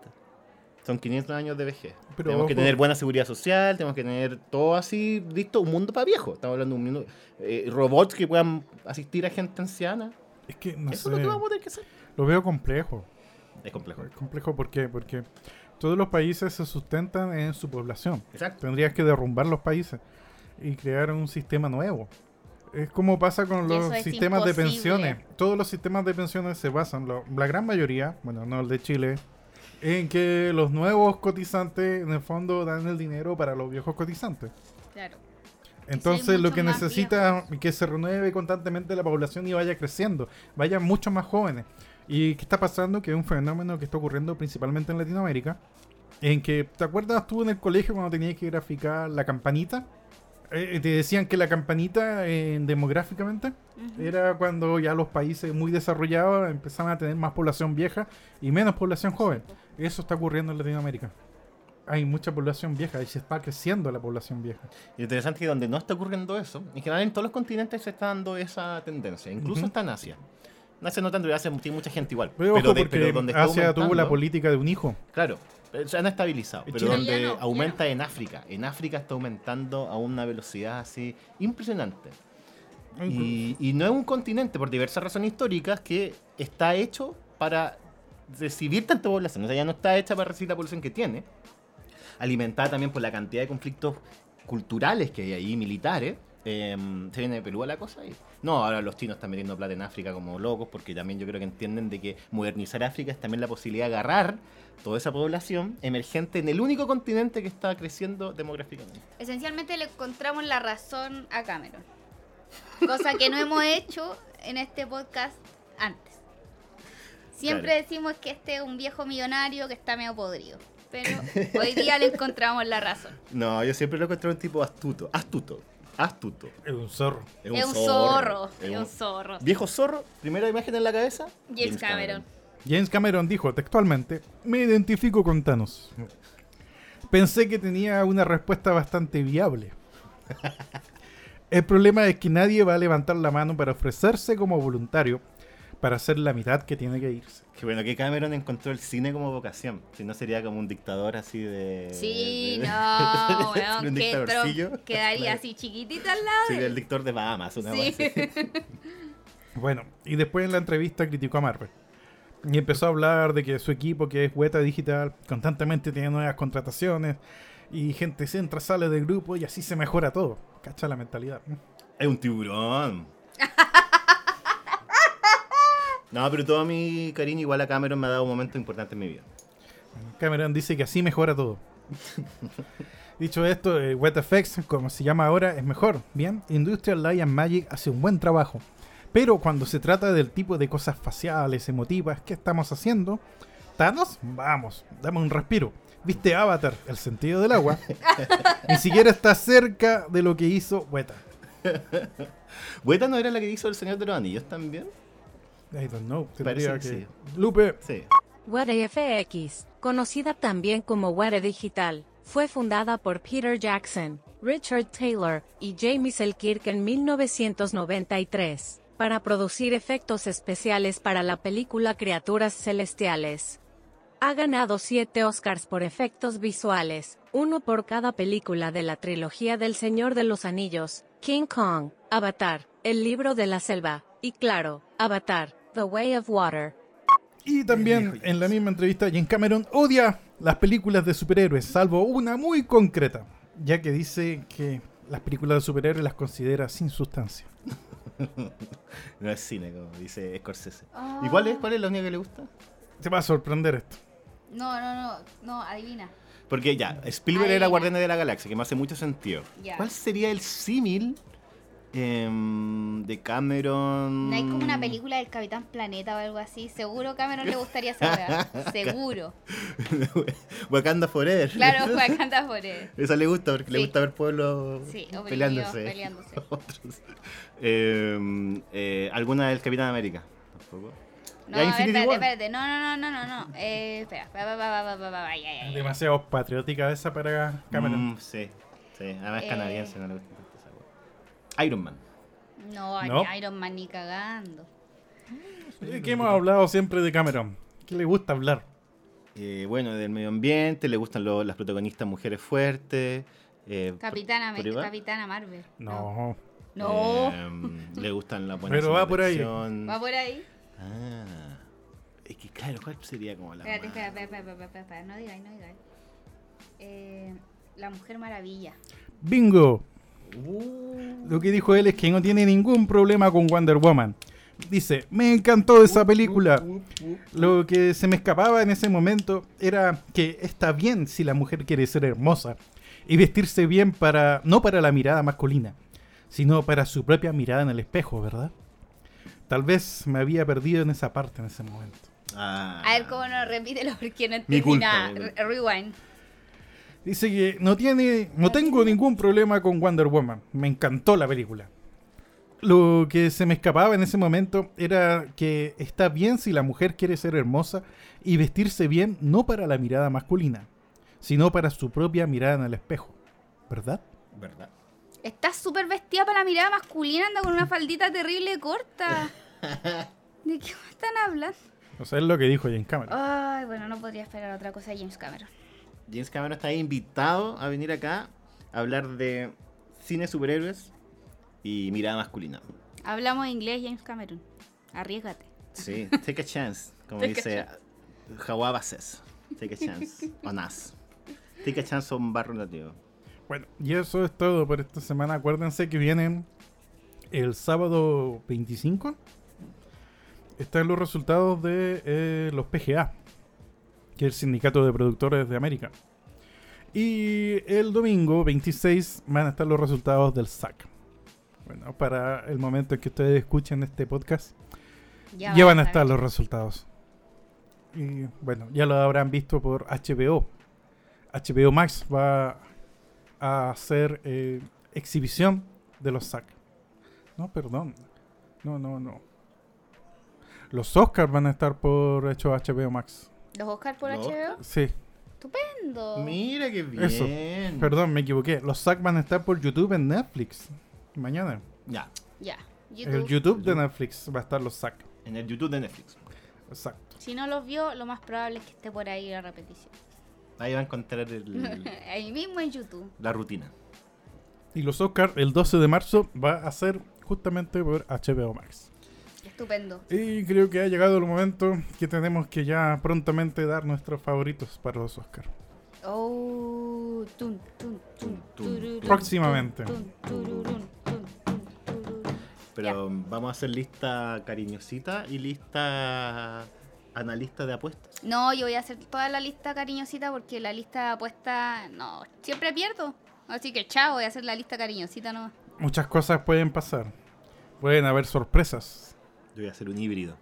S3: Son 500 años de vejez.
S4: Pero
S3: tenemos que
S4: ojo.
S3: tener buena seguridad social, tenemos que tener todo así listo, un mundo para viejos. Estamos hablando de un mundo, eh, robots que puedan asistir a gente anciana.
S4: Es que no
S3: Eso
S4: sé.
S3: es lo que vamos a tener que hacer.
S4: Lo veo complejo.
S3: Es complejo.
S4: Complejo ¿por qué? Porque todos los países se sustentan en su población.
S3: Exacto.
S4: Tendrías que derrumbar los países y crear un sistema nuevo. Es como pasa con
S2: Y
S4: los
S2: eso es
S4: sistemas de
S2: imposible.
S4: pensiones. Todos los sistemas de pensiones se basan, lo- la gran mayoría, bueno, no el de Chile, en que los nuevos cotizantes en el fondo dan el dinero para los viejos cotizantes.
S2: Claro.
S4: Entonces lo
S2: mucho
S4: que
S2: más
S4: necesita es que se renueve constantemente la población y vaya creciendo, vaya mucho más jóvenes. ¿Y qué está pasando? Que es un fenómeno que está ocurriendo principalmente en Latinoamérica, en que, ¿te acuerdas tú en el colegio cuando tenías que graficar la campanita? Eh, te decían que la campanita eh, demográficamente
S2: Ujú.
S4: era cuando ya los países muy desarrollados empezaban a tener más población vieja y menos población joven. Eso está ocurriendo en Latinoamérica. Hay mucha población vieja y se está creciendo la población vieja.
S3: Y Lo interesante es que donde no está ocurriendo eso, en general en todos los continentes se está dando esa tendencia, incluso
S4: Ujú.
S3: hasta en Asia. En Asia no tanto, en Asia tiene mucha gente igual.
S4: Pero, ojo,
S3: de-
S4: porque
S3: donde está
S4: Asia tuvo la
S3: aumentando-
S4: política de un hijo.
S3: Claro, eh, se han estabilizado.
S4: En
S3: Pero
S4: Chile-
S3: donde
S2: Ya no, ya
S3: aumenta en África. En África está aumentando a una velocidad así impresionante. Y, y no es un continente, por diversas razones históricas, que está hecho para recibir tanta población. O sea, ya no está hecha para recibir la población que tiene. Alimentada también por la cantidad de conflictos culturales que hay ahí, militares. Eh, se viene de Perú a la cosa y- No, ahora los chinos están metiendo plata en África como locos porque también yo creo que entienden de que modernizar África es también la posibilidad de agarrar toda esa población emergente en el único continente que está creciendo demográficamente.
S2: Esencialmente le encontramos la razón a Cameron. Cosa que no hemos hecho en este podcast antes. Siempre
S3: Claro.
S2: decimos que este es un viejo millonario que está medio podrido. Pero hoy día le encontramos la razón.
S3: No, yo siempre lo encuentro un tipo astuto, astuto, astuto.
S4: Es un zorro.
S2: Es un, zorro. Es un zorro.
S3: Viejo zorro, primera imagen en la cabeza.
S2: James Cameron.
S4: James Cameron dijo textualmente, me identifico con Thanos. Pensé que tenía una respuesta bastante viable. El problema es que nadie va a levantar la mano para ofrecerse como voluntario para hacer la mitad que tiene que irse.
S3: Qué bueno que Cameron encontró el cine como vocación. Si no sería como un dictador así de.
S2: Sí,
S3: de-
S2: no,
S3: de
S2: weón,
S3: un
S2: que
S3: dictadorcillo.
S2: Trump quedaría
S3: este
S2: así
S3: Claro.
S2: chiquitito al lado.
S3: Sí,
S2: de
S3: el
S2: él.
S3: dictador de Bahamas, una
S2: Sí.
S3: cosa así.
S4: Bueno, y después en la entrevista criticó a Marvel. Y empezó a hablar de que su equipo, que es Weta Digital, constantemente tiene nuevas contrataciones y gente se entra, sale del grupo y así se mejora todo. Cacha la mentalidad.
S3: Es un tiburón. No, pero todo mi cariño igual a Cameron me ha dado un momento importante en mi vida.
S4: Cameron dice que así mejora todo. Dicho esto, eh, WTFX, como se llama ahora, es mejor. Bien, Industrial Light and Magic hace un buen trabajo. Pero cuando se trata del tipo de cosas faciales, emotivas que estamos haciendo, Thanos, vamos, dame un respiro. ¿Viste Avatar, el sentido del agua? Ni siquiera está cerca de lo que hizo Weta.
S3: ¿Bueta no era la que hizo El Señor de los Anillos también?
S4: I don't know.
S3: Parece que
S4: tendría
S3: sí.
S4: que- Lupe,
S3: Sí.
S1: Ware FX, conocida también como Ware Digital, fue fundada por Peter Jackson, Richard Taylor y Jamie Selkirk en 1993 para producir efectos especiales para la película Criaturas Celestiales. Ha ganado siete Oscars por efectos visuales, uno por cada película de la trilogía del Señor de los Anillos, King Kong, Avatar, El Libro de la Selva, y claro, Avatar, The Way of Water.
S4: Y también en la misma entrevista, James Cameron odia las películas de superhéroes, salvo una muy concreta, ya que dice que las películas de superhéroes las considera sin sustancia.
S3: No es cine, como dice Scorsese.
S2: Ah.
S3: ¿Y cuál es? ¿Cuál es la única que le gusta?
S4: Te va a sorprender esto.
S2: No, no, no, no, adivina.
S3: Porque ya, Spielberg
S2: Ahí
S3: era
S2: va.
S3: Guardián de la Galaxia, que me hace mucho sentido.
S2: Ya.
S3: ¿Cuál sería el símil em, de Cameron?
S2: No hay como una película del Capitán Planeta o algo así. Seguro a Cameron le gustaría esa weá. Seguro.
S3: Wakanda Forever.
S2: Claro, juega canta por él.
S3: Esa le gusta porque le
S2: Sí.
S3: gusta ver pueblos
S2: Sí, oprimidos,
S3: peleándose.
S2: peleándose.
S3: Otros. Em, eh, ¿Alguna del Capitán América? Tampoco.
S2: No, a
S3: Y hay
S2: ver,
S3: Infinity
S2: espérate,
S3: War.
S2: espérate. No, no, no, no, no, no. Eh, espera. Va, va, va, va, va, va, va, va, ya, ya, ya.
S4: Demasiado patriótica esa para Cameron.
S3: Mm, sí, sí. Además
S2: Eh.
S3: es canadiense, no le gusta tanto esa hueá. Iron Man.
S2: No,
S4: No.
S2: ni Iron Man ni cagando.
S4: Eh, Que hemos hablado siempre de Cameron. Que le gusta hablar.
S3: Eh, bueno, del medio ambiente, le gustan lo- las protagonistas mujeres fuertes. eh,
S2: Capitana,
S3: por-
S2: Amé-
S3: por ahí va.
S2: Capitana Marvel.
S4: No.
S2: No.
S3: Em, le gustan las buenas
S4: Pero va por ahí.
S3: selección.
S2: Va por ahí.
S3: Ah. Es que claro, ¿cuál sería como la
S2: Espérate,
S3: más-
S2: espera, espera, espera, espera, espera, espera, No digáis, no digáis. Eh, la Mujer Maravilla.
S4: Bingo.
S3: Uh,
S4: Lo que dijo él es que no tiene ningún problema con Wonder Woman. Dice, me encantó esa película.
S3: uh, uh.
S4: Lo que se me escapaba en ese momento era que está bien si la mujer quiere ser hermosa y vestirse bien para no para la mirada masculina, sino para su propia mirada en el espejo, ¿verdad? Tal vez me había perdido en esa parte en ese momento.
S3: Ah.
S2: A ver cómo no, repítelo porque no
S3: Mi
S2: entendí
S3: culpa,
S2: nada.
S3: mi culpa.
S2: Re- Rewind.
S4: Dice que no tiene, no tengo ningún problema con Wonder Woman. Me encantó la película. Lo que se me escapaba en ese momento era que está bien si la mujer quiere ser hermosa y vestirse bien no para la mirada masculina, sino para su propia mirada en el espejo, ¿verdad?
S3: ¿Verdad?
S2: Está súper vestida para la mirada masculina, anda con una faldita terrible corta. ¿De qué me están hablando?
S4: O sea, es lo que dijo Jane Cameron.
S2: Ay, bueno, no podría esperar otra cosa de James Cameron.
S3: James Cameron está invitado a venir acá a hablar de cine superhéroes y mirada masculina.
S2: Hablamos inglés, James Cameron. Arriesgate.
S3: Sí, take a chance, como
S2: Take a
S3: dice Jawa Bassés. Take a chance on us. Take a chance on barro nativo.
S4: Bueno, y eso es todo por esta semana. Acuérdense que vienen el sábado 25. Están los resultados de eh, los PGA, que es el Sindicato de Productores de América. Y el domingo 26 van a estar los resultados del SAC. Bueno, para el momento en que ustedes escuchen este podcast, ya,
S2: va
S4: van a estar los
S2: eh.
S4: resultados. Y bueno, ya lo habrán visto por HBO. HBO Max va a hacer eh, exhibición de los SAC. No, perdón. No, no, no. Los Oscars van a estar por hecho HBO Max.
S2: ¿Los Oscar por
S3: Los
S2: HBO?
S4: Sí,
S2: Estupendo.
S3: Mira qué bien.
S4: Eso.
S3: Mm.
S4: perdón, me equivoqué. Los SAC van a estar por YouTube en Netflix. Mañana.
S3: Ya,
S2: Ya.
S4: El
S2: YouTube.
S4: YouTube de Netflix va a estar los SAC.
S3: en el YouTube de Netflix.
S4: Exacto.
S2: Si no los vio, lo más probable es que esté por ahí la repetición.
S3: Ahí va a encontrar el-
S2: ahí mismo en YouTube.
S3: la rutina.
S4: Y los Oscars el 12 de marzo va a ser justamente por HBO Max.
S2: Estupendo.
S4: Y creo que ha llegado el momento que tenemos que ya prontamente dar nuestros favoritos para los Oscars.
S2: Oh, tun, tun, tun,
S3: Tun, tun,
S2: tururún,
S3: tun.
S4: Próximamente.
S2: tun, tururún, tun, tun, tururún.
S3: Pero um, vamos a hacer lista cariñosita y lista analista de apuestas.
S2: No, yo voy a hacer toda la lista cariñosita porque la lista de apuesta, no, siempre pierdo. Así que chao, voy a hacer la lista cariñosita nomás.
S4: Muchas cosas pueden pasar. Pueden haber sorpresas.
S3: Yo voy a hacer un híbrido.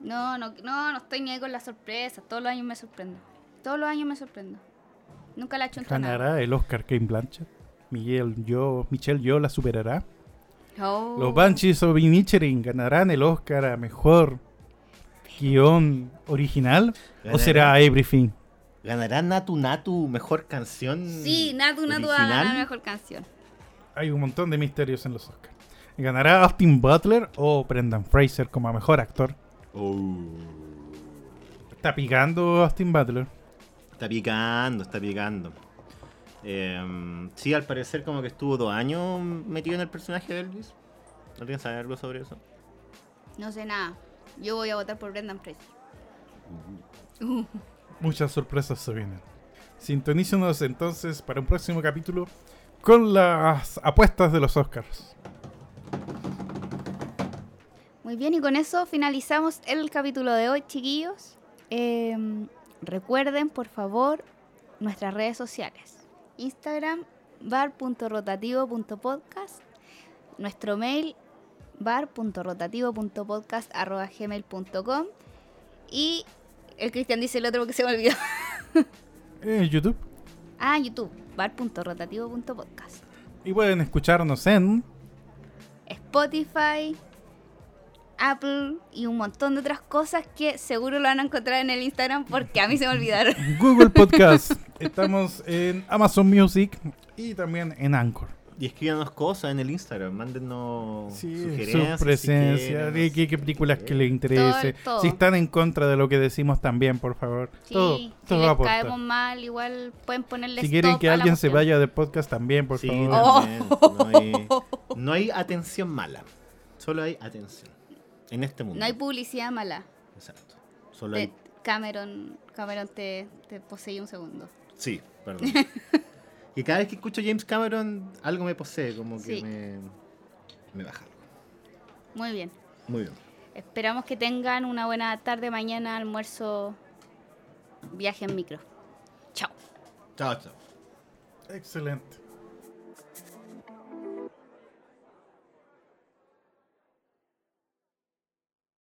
S2: No, no, no, no estoy ni ahí con las sorpresas. Todos los años me sorprendo. Todos los años me sorprendo. Nunca la he hecho
S4: ¿Ganará el Oscar Kane Blanchett? Miguel, yo, Michelle, yo la superará.
S2: Oh.
S4: Los Banshees of Inisherin ganarán el Oscar a mejor guión original. ¿O
S3: Ganará.
S4: será Everything?
S3: ¿Ganará Natu Natu mejor canción?
S2: Sí, Natu Natu va a
S3: original?
S2: ganar mejor canción.
S4: Hay un montón de misterios en los Oscars. ¿Ganará Austin Butler o Brendan Fraser como a mejor actor?
S3: Oh.
S4: Está picando Austin Butler.
S3: Está picando, está picando. Eh, sí, al parecer como que estuvo dos años metido en el personaje de Elvis. ¿No tienes saber algo sobre eso?
S2: No sé nada. Yo voy a votar por Brendan Fraser.
S4: muchas sorpresas se vienen. Sintonícenos entonces para un próximo capítulo con las apuestas de los Oscars.
S2: Muy bien, y con eso finalizamos el capítulo de hoy, chiquillos. Eh, recuerden, por favor, nuestras redes sociales. Instagram, bar.rotativo.podcast. Nuestro mail, bar.rotativo.podcast.gmail.com. Y el Cristian dice el otro porque se me olvidó.
S4: En YouTube.
S2: Ah, YouTube, bar.rotativo.podcast.
S4: Y pueden escucharnos en...
S2: Spotify, Apple y un montón de otras cosas que seguro lo van a encontrar en el Instagram porque a mí se me olvidaron.
S4: Google Podcast. Estamos en Amazon Music y también en Anchor.
S3: Y escríbanos cosas en el Instagram, mándennos
S4: su
S3: Oh, sugerencias. si
S4: presencia,
S3: quieren,
S4: de qué, qué
S3: si
S4: películas que
S3: quieren.
S4: le interese.
S2: Todo, todo.
S4: Si están en contra de lo que decimos también, por favor.
S2: Sí,
S4: todo,
S2: si
S4: todo
S2: les
S4: aporta.
S2: caemos mal, igual pueden ponerle
S4: Si quieren
S2: stop
S4: que
S2: a la
S4: alguien se
S2: cuestión.
S4: vaya del podcast también, por
S3: Sí,
S4: favor.
S3: también,
S2: Oh.
S3: no, hay, no hay atención mala, solo hay atención. En este mundo.
S2: No hay publicidad mala.
S3: Exacto. Solo
S2: Te-
S3: hay...
S2: Cameron, Cameron te, te poseí un segundo.
S3: Sí, perdón. y cada vez que escucho James Cameron, algo me posee, como que
S2: Sí.
S3: me, me baja. algo.
S2: Muy bien.
S3: Muy bien.
S2: Esperamos que tengan una buena tarde, mañana, almuerzo, viaje en micro. Chao.
S3: Chao, chao.
S4: Excelente.